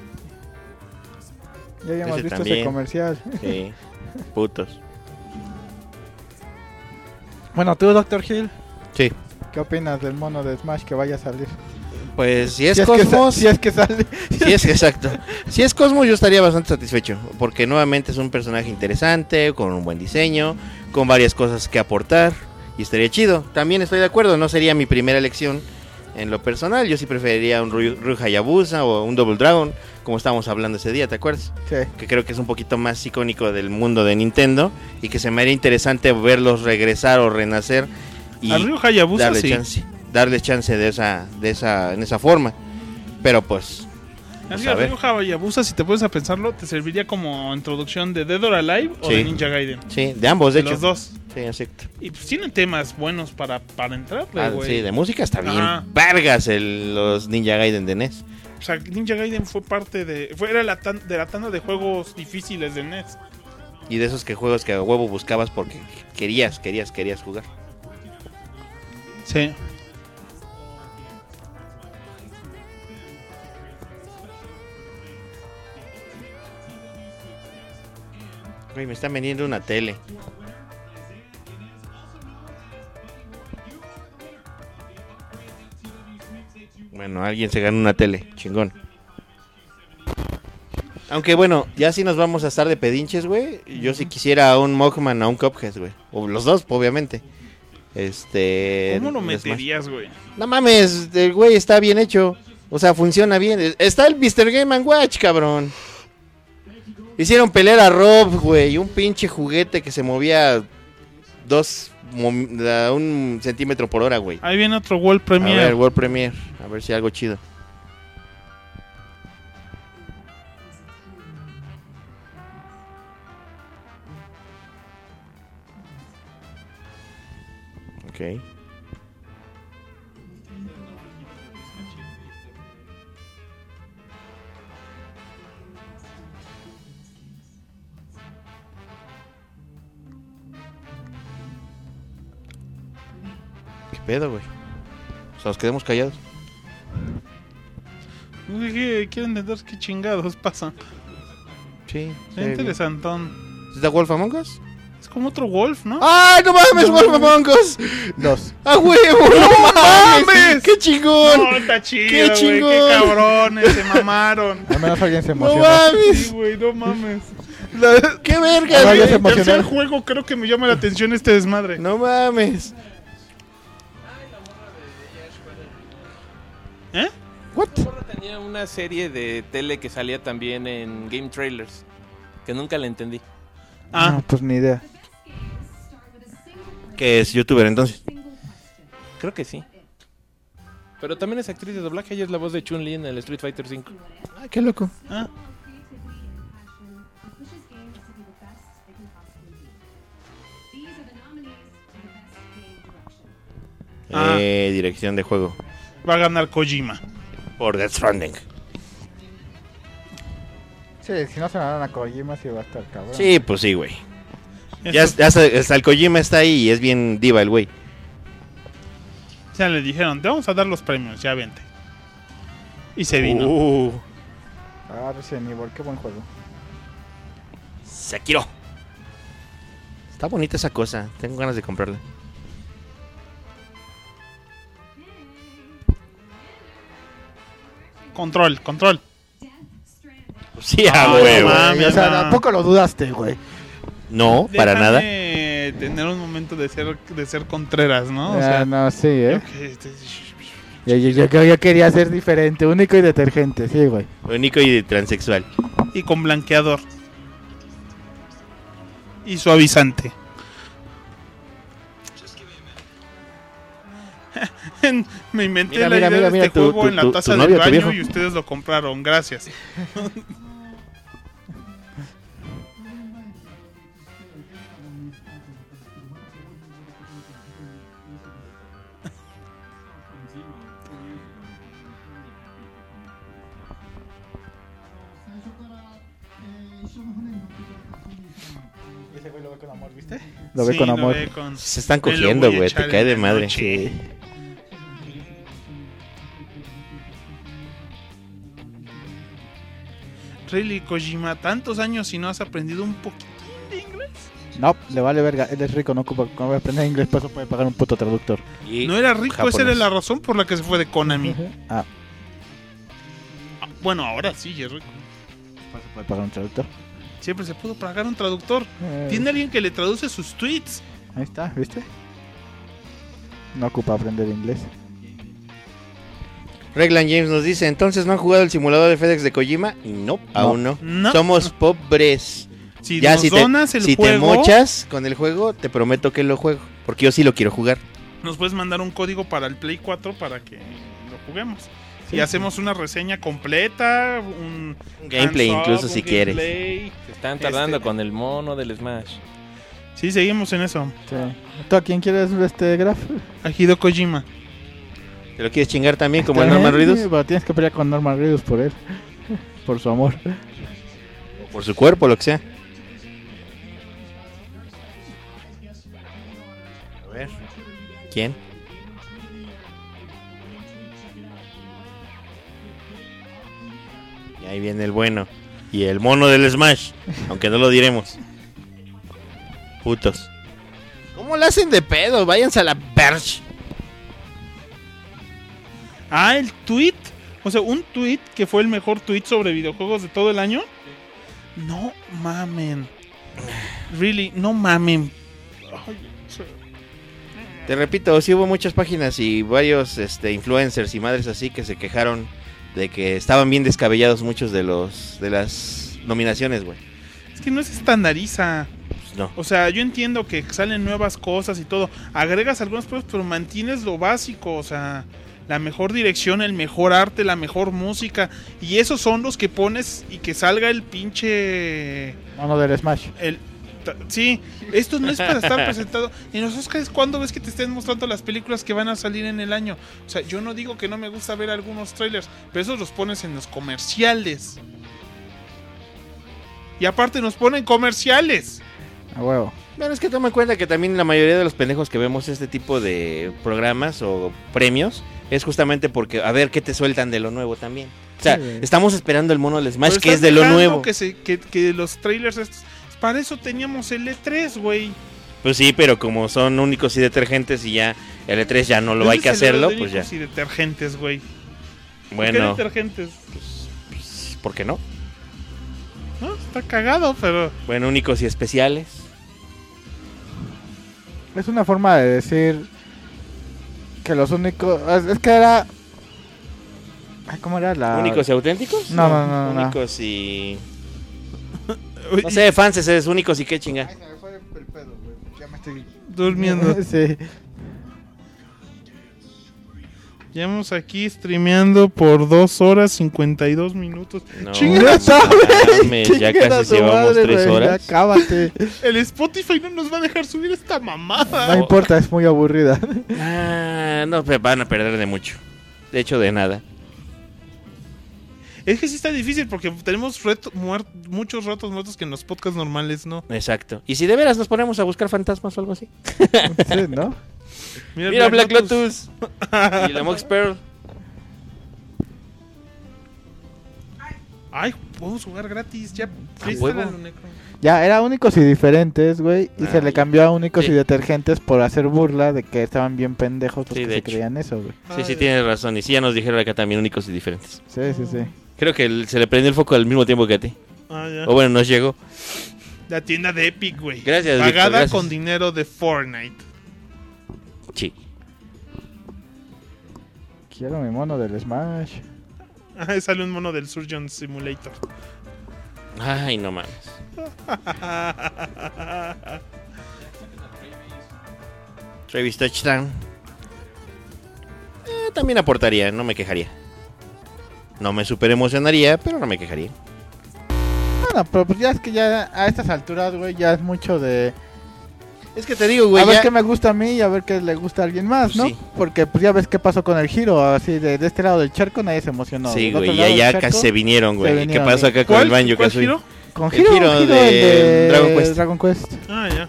Ya habíamos Ese visto ese también. comercial. Sí. Putos. Bueno, tú, Doctor Hill, Sí. ¿qué opinas del mono de Smash que vaya a salir? Pues si es, Si es que sa- Cosmos. si es que sale. Si es exacto. Si es Cosmos, yo estaría bastante satisfecho. Porque nuevamente es un personaje interesante, con un buen diseño, con varias cosas que aportar. Y estaría chido. También estoy de acuerdo, no sería mi primera elección en lo personal. Yo sí preferiría un Ryu, Ryu Hayabusa o un Double Dragon, como estábamos hablando ese día, ¿te acuerdas? Sí. Que creo que es un poquito más icónico del mundo de Nintendo. Y que se me haría interesante verlos regresar o renacer. Y Al Ryu Hayabusa, darle sí. chance. Darle chance de esa, de esa, en esa forma. Pero pues Es Pues, que a ver. Ryu Hayabusa, si te pones a pensarlo, te serviría como introducción de Dead or Alive o Sí. de Ninja Gaiden. Sí, de ambos, de, hecho. Los dos. Sí, exacto. Y pues tienen temas buenos para, para entrarle, Ah, güey. sí, de música está bien. Ajá. Vargas el- los Ninja Gaiden de E NES. O sea, Ninja Gaiden fue parte de. Fue, era la tan- de la tanda de juegos difíciles E de NES. Y de esos que juegos que a huevo buscabas porque querías, querías, querías jugar. Sí. Güey, me están vendiendo una tele. Bueno, alguien se gana una tele, chingón. Aunque bueno, ya si nos vamos a estar de pedinches, güey. Yo sí quisiera a un Mogman, a un Cuphead, güey. O los dos, obviamente. Este. ¿Cómo lo de Smash. meterías, güey? No mames, el güey está bien hecho. O sea, funciona bien. Está el Mr. Game and Watch, cabrón. Hicieron pelear a Rob, güey. Un pinche juguete que se movía dos mom- a un centímetro por hora, güey. Ahí viene otro World A Premiere. ver, World Premiere. A ver si algo chido. Ok. ¿Qué pedo, güey? O sea, nos quedamos callados. No sé qué- Quiero entender qué chingados pasa. Sí. Está bien. interesantón. ¿Es de Wolf Among Us? Es como otro Wolf, ¿no? ¡Ay, no mames, Wolf Among Us! Dos. ¡A huevo! ¡No mames! ¡Qué chingón! No, está chido, ¡Qué güey. Qué, chingón! cabrones, se mamaron. Al menos alguien se ¡No emocionó. Sí, mames! güey, no mames. ¡Qué Ahora verga, ya güey! se El tercer emocionó. juego creo que me llama la atención este desmadre. ¡No mames! ¿Eh? ¿What? Tenía una serie de tele que salía también en Game Trailers. Que nunca la entendí. Ah, No, pues ni idea. ¿Qué es youtuber entonces? Creo que sí. Pero también es actriz de doblaje. Ella es la voz de Chun-Li en el Street Fighter V. Ah, qué loco. ah. Ah. Eh, dirección de juego. Va a ganar Kojima. Por Death Stranding. Sí, si no se la dan a Kojima, sí va a estar cabrón. Sí, pues sí, güey. Ya, Eso- ya se- hasta el Kojima está ahí y es bien diva el güey. Ya le dijeron, te vamos a dar los premios, ya vente. Y se vino. Uh, Ah, Resident Evil, qué buen juego. Sekiro. Está bonita esa cosa. Tengo ganas de comprarla. Control, control. Sí, a Ay, no huevo. mames. Ah, mi o sea, alma. tampoco lo dudaste, güey. No, para Déjame nada. tener un momento de ser, de ser Contreras, ¿no? Ah, no, sí, ¿eh? yo que- este, Yo, yo- yo creo- yo quería ser diferente, único y detergente, sí, güey. Único y transexual. Y con blanqueador. Y suavizante. Me inventé Mira, la mira, idea mira, de mira, este tu- juego tu- en la tu- taza tu del novio, tu baño viejo. y ustedes lo compraron, gracias. Ese güey lo ve con amor, ¿viste? Lo ve Sí, con lo amor. ve con- Se están Me lo cogiendo, voy a güey. Te echar cae en de la madre. noche. Really, Kojima, tantos años y no has aprendido un poquito. No, le vale verga, él es rico, no ocupa, no va a aprender inglés, por eso puede pagar un puto traductor. No era rico, esa era la razón por la que se fue de Konami. Ah, Ah, Bueno, ahora sí, ya es rico. puede pagar un traductor. Siempre se pudo pagar un traductor. Eh. Tiene alguien que le traduce sus tweets. Ahí está, ¿viste? No ocupa aprender inglés. Reglan James nos dice, entonces no han jugado el simulador de FedEx de Kojima. No, aún no. No. Somos pobres. Si nos donas el si juego- te mochas con el juego, te prometo que lo juego. Porque yo sí lo quiero jugar. Nos puedes mandar un código para el Play 4 para que lo juguemos. Sí, y hacemos una reseña completa, un, Un gameplay hands-off, incluso un si quieres. gameplay. Se están tardando con el mono del Smash. Sí, seguimos en eso. ¿Tú a quién quieres este graf? A Hideo Kojima. ¿Te lo quieres chingar también como el Norman Reedus? Pero tienes que pelear con Norman Reedus por él. Por su amor. O por su cuerpo, lo que sea. A ver. ¿Quién? Y ahí viene el bueno. Y el mono del Smash. aunque no lo diremos. Putos. ¿Cómo la hacen de pedo? Váyanse a la perch. Ah, el tweet. O sea, un tweet que fue el mejor tweet sobre videojuegos de todo el año. No mamen. Really, no mamen. Te repito, sí hubo muchas páginas y varios este, influencers y madres así que se quejaron de que estaban bien descabellados muchos de los de las nominaciones, güey. Es que no se estandariza. Pues no. O sea, yo entiendo que salen nuevas cosas y todo. Agregas algunas cosas, pero mantienes lo básico. O sea, la mejor dirección, el mejor arte, la mejor música. Y esos son los que pones y que salga el pinche... Mono del Smash. El, ta- sí, esto no es para estar presentado. En los Oscars, ¿cuándo ves que te estén mostrando las películas que van a salir en el año? O sea, yo no digo que no me gusta ver algunos trailers, pero esos los pones en los comerciales. Y aparte nos ponen comerciales. A huevo. Bueno, es que toma en cuenta que también la mayoría de los pendejos que vemos este tipo de programas o premios es justamente porque a ver qué te sueltan de lo nuevo también. O sea, Sí, güey. estamos esperando el mono del Smash Pero Pues que es estás de lo dejando nuevo. Que, se- que- que los trailers estos- Para eso teníamos el E3, güey. Pues sí, pero como son únicos y detergentes y ya el E3 ya no lo Ese hay que es el hacerlo, orden pues de ya. hijos Y detergentes, güey. ¿Por qué Bueno, pues, detergentes? ¿por qué no? No, está cagado, pero... Bueno, únicos y especiales. Es una forma de decir que los únicos. Es, es que era. Ay, ¿Cómo era la. ¿Únicos y auténticos? No, no, no, no, no. Únicos y. No sé, fans, es únicos y qué chinga. Ya me estoy... Durmiendo. sí. Llevamos aquí streameando por 2 horas 52 minutos. No, Chinga, mames, ya casi llevamos tres horas. Cábate. El Spotify no nos va a dejar subir esta No mamada. importa, es muy aburrida. Ah, no, pues van a perder de mucho. De hecho, de nada. Es que sí está difícil porque tenemos reto- muer- muchos ratos muertos que en los podcasts normales no. Exacto. Y si de veras nos ponemos a buscar fantasmas o algo así. Sí, ¿no? Mira, Mira, Black Black Lotus. y la Mox Pearl. Ay, podemos jugar gratis. Ya, freestyle huevo. a lo necro. Ya, era únicos y diferentes, güey. Y se le cambió a únicos Ah, Sí. y detergentes por hacer burla de que estaban bien pendejos los Sí, que de se hecho. creían eso, güey. Sí, sí, tienes razón. Y sí, ya nos dijeron acá también únicos y diferentes. Sí, sí, sí. Ah. Creo que el- se le prendió el foco al mismo tiempo que a ti. Ah, ya. O bueno, nos llegó. La tienda de Epic, güey. Gracias, Víctor, Pagada gracias. con dinero de Fortnite. Sí. Quiero mi mono del Smash. Ah, sale un mono del Surgeon Simulator. Ay, no mames. Travis Touchdown. Eh, también aportaría, no me quejaría. No me super emocionaría, pero no me quejaría. Bueno, pero pues ya es que ya a estas alturas, güey, ya es mucho de. Es que te digo, güey, A ver ya- qué me gusta a mí y a ver qué le gusta a alguien más, Pues ¿no? sí. Porque pues ya ves qué pasó con el giro. Así de, de este lado del charco nadie se emocionó. sí, Del otro güey, ya, lado del ya charco, casi se vinieron, se güey. ¿Y ¿Qué vinieron, pasó güey. acá con el baño? ¿Cuál que soy? giro? Con El giro, giro el giro, de el de Dragon Quest. Dragon Quest. Ah, ya.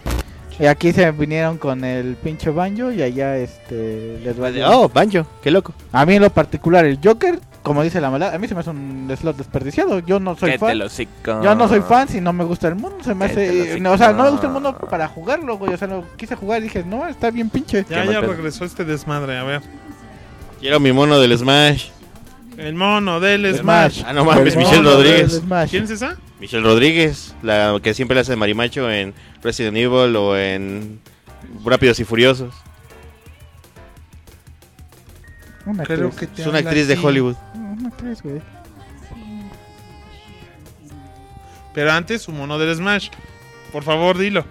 Y aquí se vinieron con el pinche banjo y allá este les valió. Oh, Banjo, qué loco. A mí en lo particular, el Joker, como dice la mala, a mí se me hace un slot desperdiciado. Yo no soy Cállate fan. el hocico. Yo Ah. no soy fan si no me gusta el mundo. Se me Cállate el hace. eh, hocico. no, o sea, no me gusta el mundo para jugarlo, güey. O sea, lo quise jugar y dije, no, está bien pinche. Ya, ya regresó este desmadre, a ver. Quiero mi mono del Smash. El mono del Smash. Smash. Ah, no mames, El Michelle mono del Rodríguez. Smash. ¿Quién es esa? Michelle Rodríguez, la que siempre la hace de marimacho en Resident Evil o en Rápidos y Furiosos. Una Creo actriz. que te Es una habla actriz de a ti. Hollywood. Una actriz, güey. Pero antes, su mono del Smash. Por favor, dilo.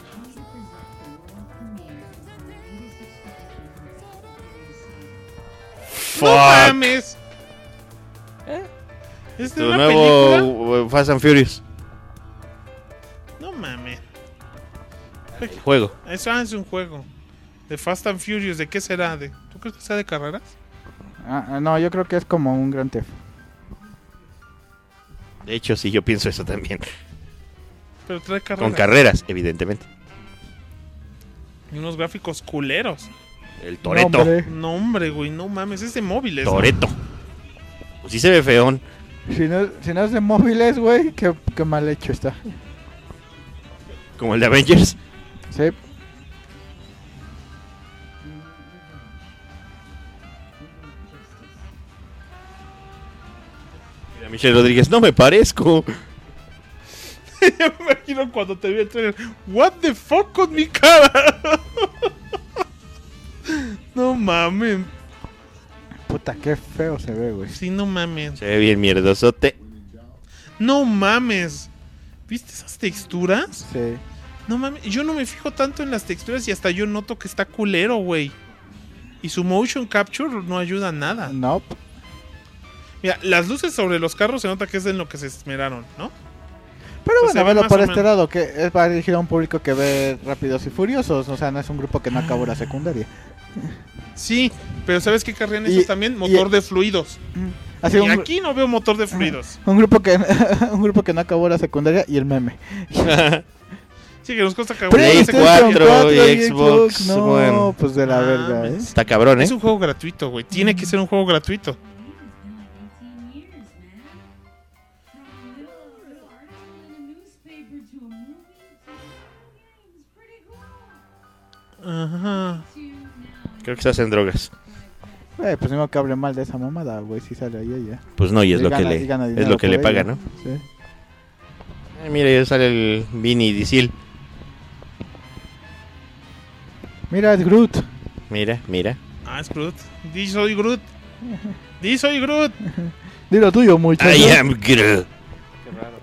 Fuck. ¡No mames! ¿Es de Tu una película? nuevo uh, Fast and Furious No mames. juego. Eso ah, es un juego. De Fast and Furious, ¿de qué será? ¿De... ¿Tú crees que sea de carreras? Ah, ah, no, yo creo que es como un gran tef. De hecho, sí, yo pienso eso también. Pero trae carreras. Con carreras, evidentemente. Y unos gráficos culeros. El Toreto. hombre. No, hombre, güey, no mames. Es de móviles. ¿no? Toreto. Pues sí se ve feón. Si no, si no es de móviles, güey, qué, qué mal hecho está. Como el de Avengers. Sí. Mira, Michelle Rodríguez, no me parezco. Ya me imagino cuando te vi el trailer. What the fuck con mi cara. no mames. Puta, qué feo se ve, güey. Sí, no mames. Se ve bien mierdosote. No mames. ¿Viste esas texturas? Sí. No mames. Yo no me fijo tanto en las texturas y hasta yo noto que está culero, güey. Y su motion capture no ayuda a nada. Nope. Mira, las luces sobre los carros se nota que es en lo que se esmeraron, ¿no? Pero Pues se bueno, ve verlo más por o este menos. lado, que es para dirigir a un público que ve Rápidos y Furiosos. O sea, no es un grupo que no acabó la secundaria. Sí, pero ¿sabes qué cargan Y- eso también? Motor de fluidos. Ha Y sido un, gru- aquí no veo motor de fluidos. un grupo que un grupo que no acabó la secundaria y el meme. este Sí, que nos cuesta cagar. Play Ese- PlayStation 4 y Xbox No, One. pues de la Ah, verga, ¿eh? mames. Está cabrón, ¿eh? Es un juego gratuito, güey. Tiene que ser un juego gratuito. Ajá. Creo que se hacen drogas. Eh, Pues mismo que hable mal de esa mamada, güey, si sale ahí ella. Pues no, y es Y lo gana- que y le, gana es dinero lo que por le ello. paga, ¿no? Sí. Eh, mira, ya sale el Vini Disil. Mira, es Groot. Mira, mira. Ah, es Groot. Di soy Groot. Di soy Groot. Dilo tuyo, muchacho. I am Groot. Qué raro.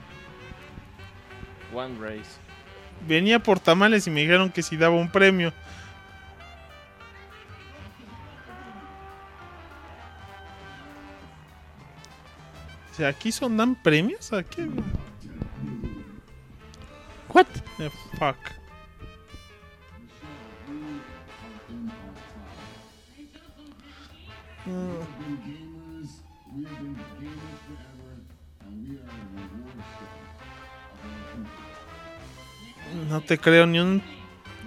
One Race. Venía por tamales y me dijeron que si daba un premio. O sea, aquí son dan premios aquí. What? Eh, fuck. No te creo ni un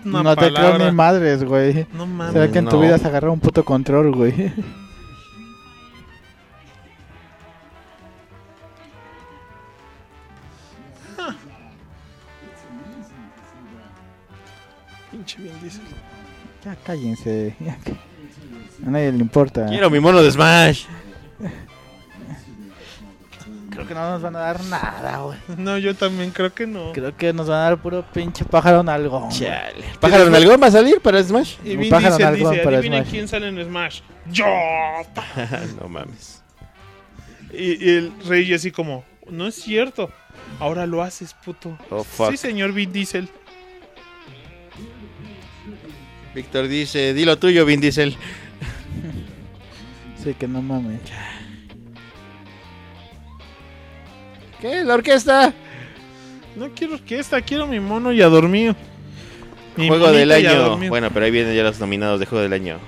una no te creo palabra. ni madres, güey. No Se ve mames. que en tu No. vida se agarró un puto control, güey. Pinche bien dice. Ya cállense. ya cá- Ah. A nadie le importa. Quiero mi mono de Smash. creo que no nos van a dar nada, güey. No, yo también creo que no. Creo que nos van a dar puro pinche pájaro nalgón. güey. Chale. ¿Pájaro en algo va a salir para Smash? Y Un Vin pájaro Diesel nalgón dice, para adivinen Smash". quién sale en Smash. ¡Yo! Ah, no mames. Y, y el rey así como, no es cierto. Ahora lo haces, puto. Oh, fuck. Sí, señor Vin Diesel. Víctor dice, dilo tuyo, Vin Diesel. Sí, que no mames. ¿Qué? ¿La orquesta? No quiero orquesta, quiero mi mono y a dormir. Mi Juego del monito y a año. dormir. Bueno, pero ahí vienen ya los nominados de Juego del Año.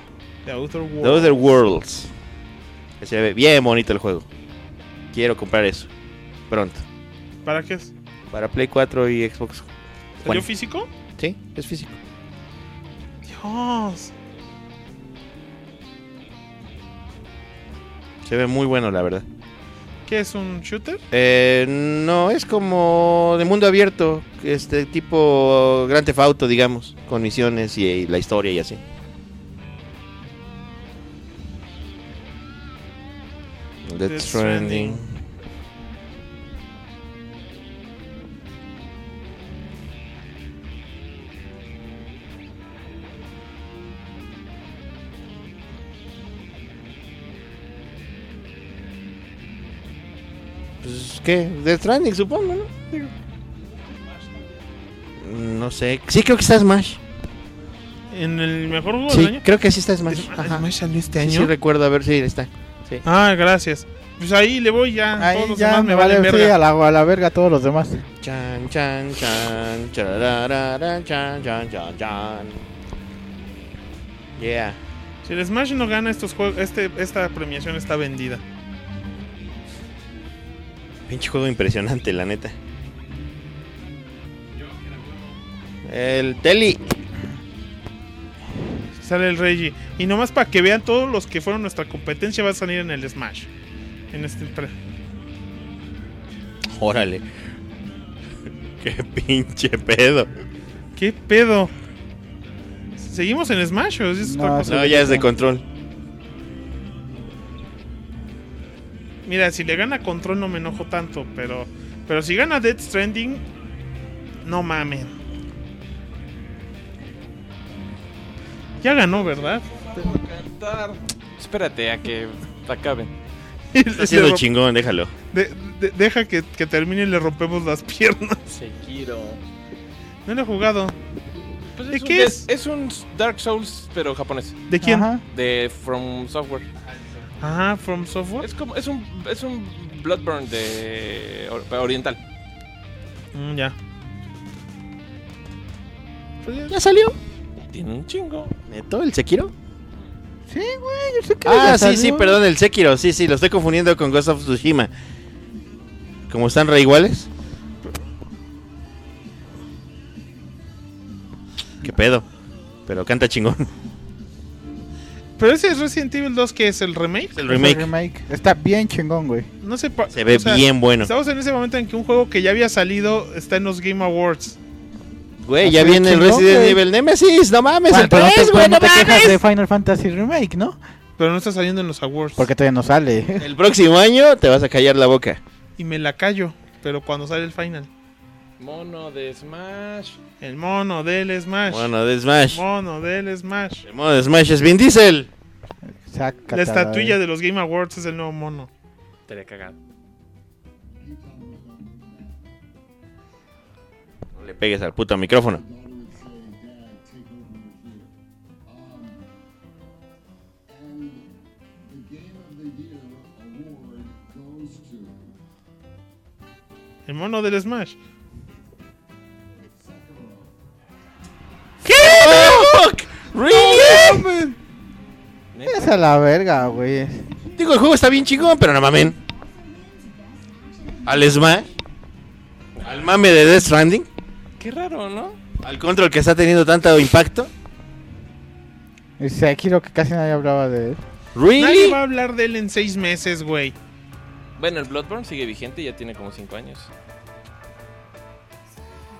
The Outer Worlds. The Other Worlds. Que Se ve bien bonito el juego. Quiero comprar eso. Pronto. ¿Para qué es? Para Play 4 y Xbox. ¿Salió One. físico? Sí, es físico. Dios. Se ve muy bueno, la verdad. ¿Qué es un shooter? Eh, no, es como de mundo abierto. Este tipo Grand Theft Auto, digamos. Con misiones y, y la historia y así. Death Death Stranding. Stranding. Pues, ¿Qué? Death Stranding, supongo, ¿no? Digo. No sé. Sí, creo que está Smash. ¿En el mejor juego del Sí, año? creo que sí está Smash. Ajá. ¿Smash salió este Sí, año? sí, recuerdo. A ver, sí, está. Sí. Ah, gracias. Pues ahí le voy ya. Todos Ahí los ya demás me vale verga. sí, a, la, a la verga todos los demás. Chan, chan, chan, charararara, chan, chan, chan, chan. Yeah. Si el Smash no gana estos juegos, este, esta premiación está vendida. Pinche juego impresionante, la neta. El Teli. Sale el Reggie. Y nomás para que vean todos los que fueron nuestra competencia va a salir en el Smash. En este pre- Órale. Qué pinche pedo. ¿Qué pedo? ¿Seguimos en Smash o es otra No, cosa? No, ya es de control. Mira, si le gana Control no me enojo tanto, pero pero si gana Death Stranding no mamen. Ya ganó, ¿verdad? Espérate a que acaben. Está haciendo chingón, déjalo. De- de- deja que, que termine y le rompemos las piernas. Sekiro. No lo he jugado. Pues ¿De es un qué Death- es? Es un Dark Souls, pero japonés. ¿De quién? Ajá. De From Software. Ajá, From Software. Es como es un es un Bloodborne de or- oriental. Mm, ya. ¿Ya salió? Tiene un chingo. ¿Neto? ¿El Sekiro? Sí, güey, yo sé que Ah, ya sí, salió. sí, perdón, el Sekiro. Sí, sí, lo estoy confundiendo con Ghost of Tsushima. ¿Cómo están re iguales? ¿Qué pedo? Pero canta chingón. Pero ese es Resident Evil 2 que es el remake. El Es el remake remake. Está bien chingón, güey. No sé pa- se ve o sea, bien bueno. Estamos en ese momento en que un juego que ya había salido está en los Game Awards. Güey, ya se ve viene el chingón, Resident güey. Evil Nemesis. No mames, Bueno, Pues el pero no te- 3, pero güey, no no te quejas de mames. Final Fantasy Remake, ¿no? Pero no está saliendo en los Awards. Porque todavía no sale. El próximo año te vas a callar la boca. Y me la callo. Pero cuando sale el final. Mono de Smash. El mono del Smash. Bueno, de Smash. Mono del Smash. El modo de Smash es Vin Diesel. Sácate La a estatuilla de los Game Awards es el nuevo mono. Estaría cagado. No le pegues al puto micrófono. El mono del Smash. ¡Fuck! ¿Really? Es a la verga, güey. Digo, el juego está bien chingón, pero no mamen. Al Smash. Al mame de Death Stranding. Qué raro, ¿no? Al control que está teniendo tanto impacto. Y Sekiro, que casi nadie hablaba de él. Nadie ¿Really? va a hablar de él en seis meses, güey. Bueno, el Bloodborne sigue vigente, ya tiene como 5 años.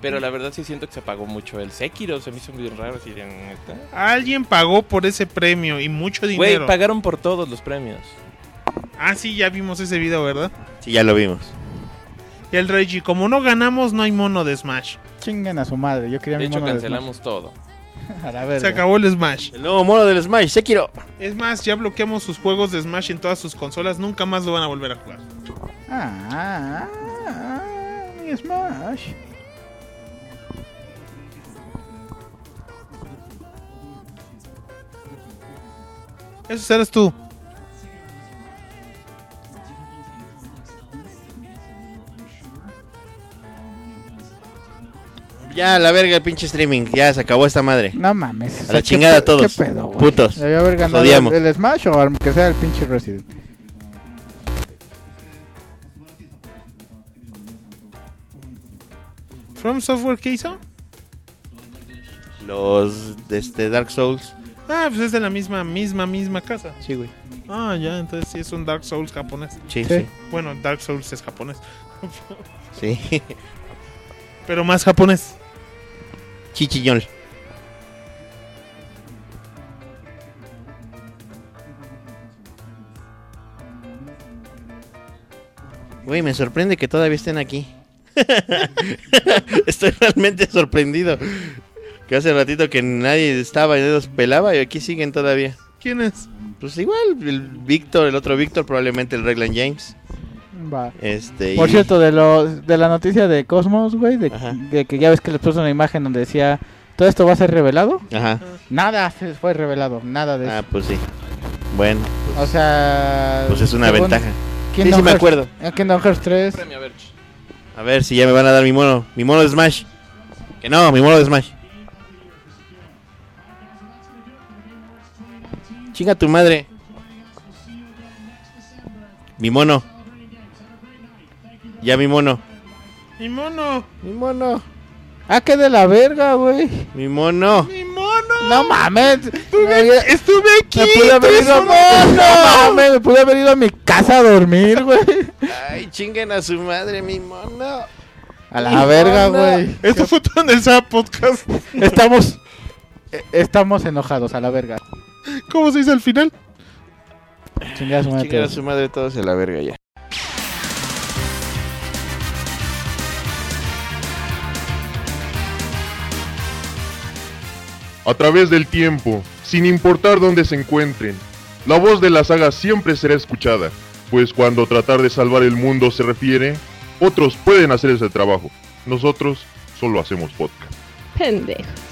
Pero la verdad sí siento que se apagó mucho el Sekiro, se me hizo muy raro así de neta. Alguien pagó por ese premio y mucho Güey, dinero. pagaron por todos los premios. ah, sí, ya vimos ese video, ¿verdad? Sí, ya lo vimos. Y el Reggie, como no ganamos, no hay mono de Smash. Chingan a su madre, yo quería De mi hecho, mono de cancelamos todo. Smash. A la verga. Se acabó el Smash. El nuevo mono del Smash, Sekiro. Es más, ya bloqueamos sus juegos de Smash en todas sus consolas, nunca más lo van a volver a jugar. Ah, ah, ah, mi Smash. Eso eres tú. Ya, a la verga el pinche streaming. Ya se acabó esta madre. No mames. o A la sea, chingada ¿qué pe- todos. ¿Qué pedo, güey? Putos. Debió haber Los ganado odiamos. el, el Smash o aunque sea el pinche Resident. ¿From Software qué hizo? Los de este Dark Souls. Ah, pues es de la misma, misma, misma casa. Sí, güey. Ah, ya, entonces sí es un Dark Souls japonés. Sí, sí. Bueno, Dark Souls es japonés. Sí. Pero más japonés. Chichillón. Güey, me sorprende que todavía estén aquí. Estoy realmente sorprendido. Que hace ratito que nadie estaba y nadie los pelaba y aquí siguen todavía. ¿Quién es? Pues igual, el Víctor, el otro Víctor, probablemente el Reglan James. Va. Este, Por y- cierto, de los de la noticia de Cosmos, güey, de, Ajá. de que ya ves que les puso una imagen donde decía, ¿todo esto va a ser revelado? Ajá. Nada se fue revelado, nada de eso. Ah, pues sí. Bueno, o sea... pues es una según ventaja. Kingdom Sí, sí me Hearts- acuerdo. eh, Kingdom Hearts 3. Premio, a ver. a ver si ya me van a dar mi mono. Mi mono de Smash. Que no, mi mono de Smash. Chinga tu madre. Mi mono. Ya mi mono. Mi mono. Mi mono. Ah, que de la verga, güey. Mi mono. Mi mono. No mames. Me, Estuve aquí. me pude haber tres ido a horas. No mames, me pude haber ido a mi casa a dormir, güey. Ay, chinguen a su madre, mi mono. A la verga, manda. güey. Esto fue todo en el Zap Podcast. Estamos eh, estamos enojados a la verga. ¿Cómo se dice al final? Chingada su madre, Chinguen a te- su madre todos a la verga ya. a través del tiempo, sin importar dónde se encuentren. La voz de la saga siempre será escuchada, pues cuando tratar de salvar el mundo se refiere, otros pueden hacer ese trabajo. Nosotros solo hacemos podcast. Pendejo.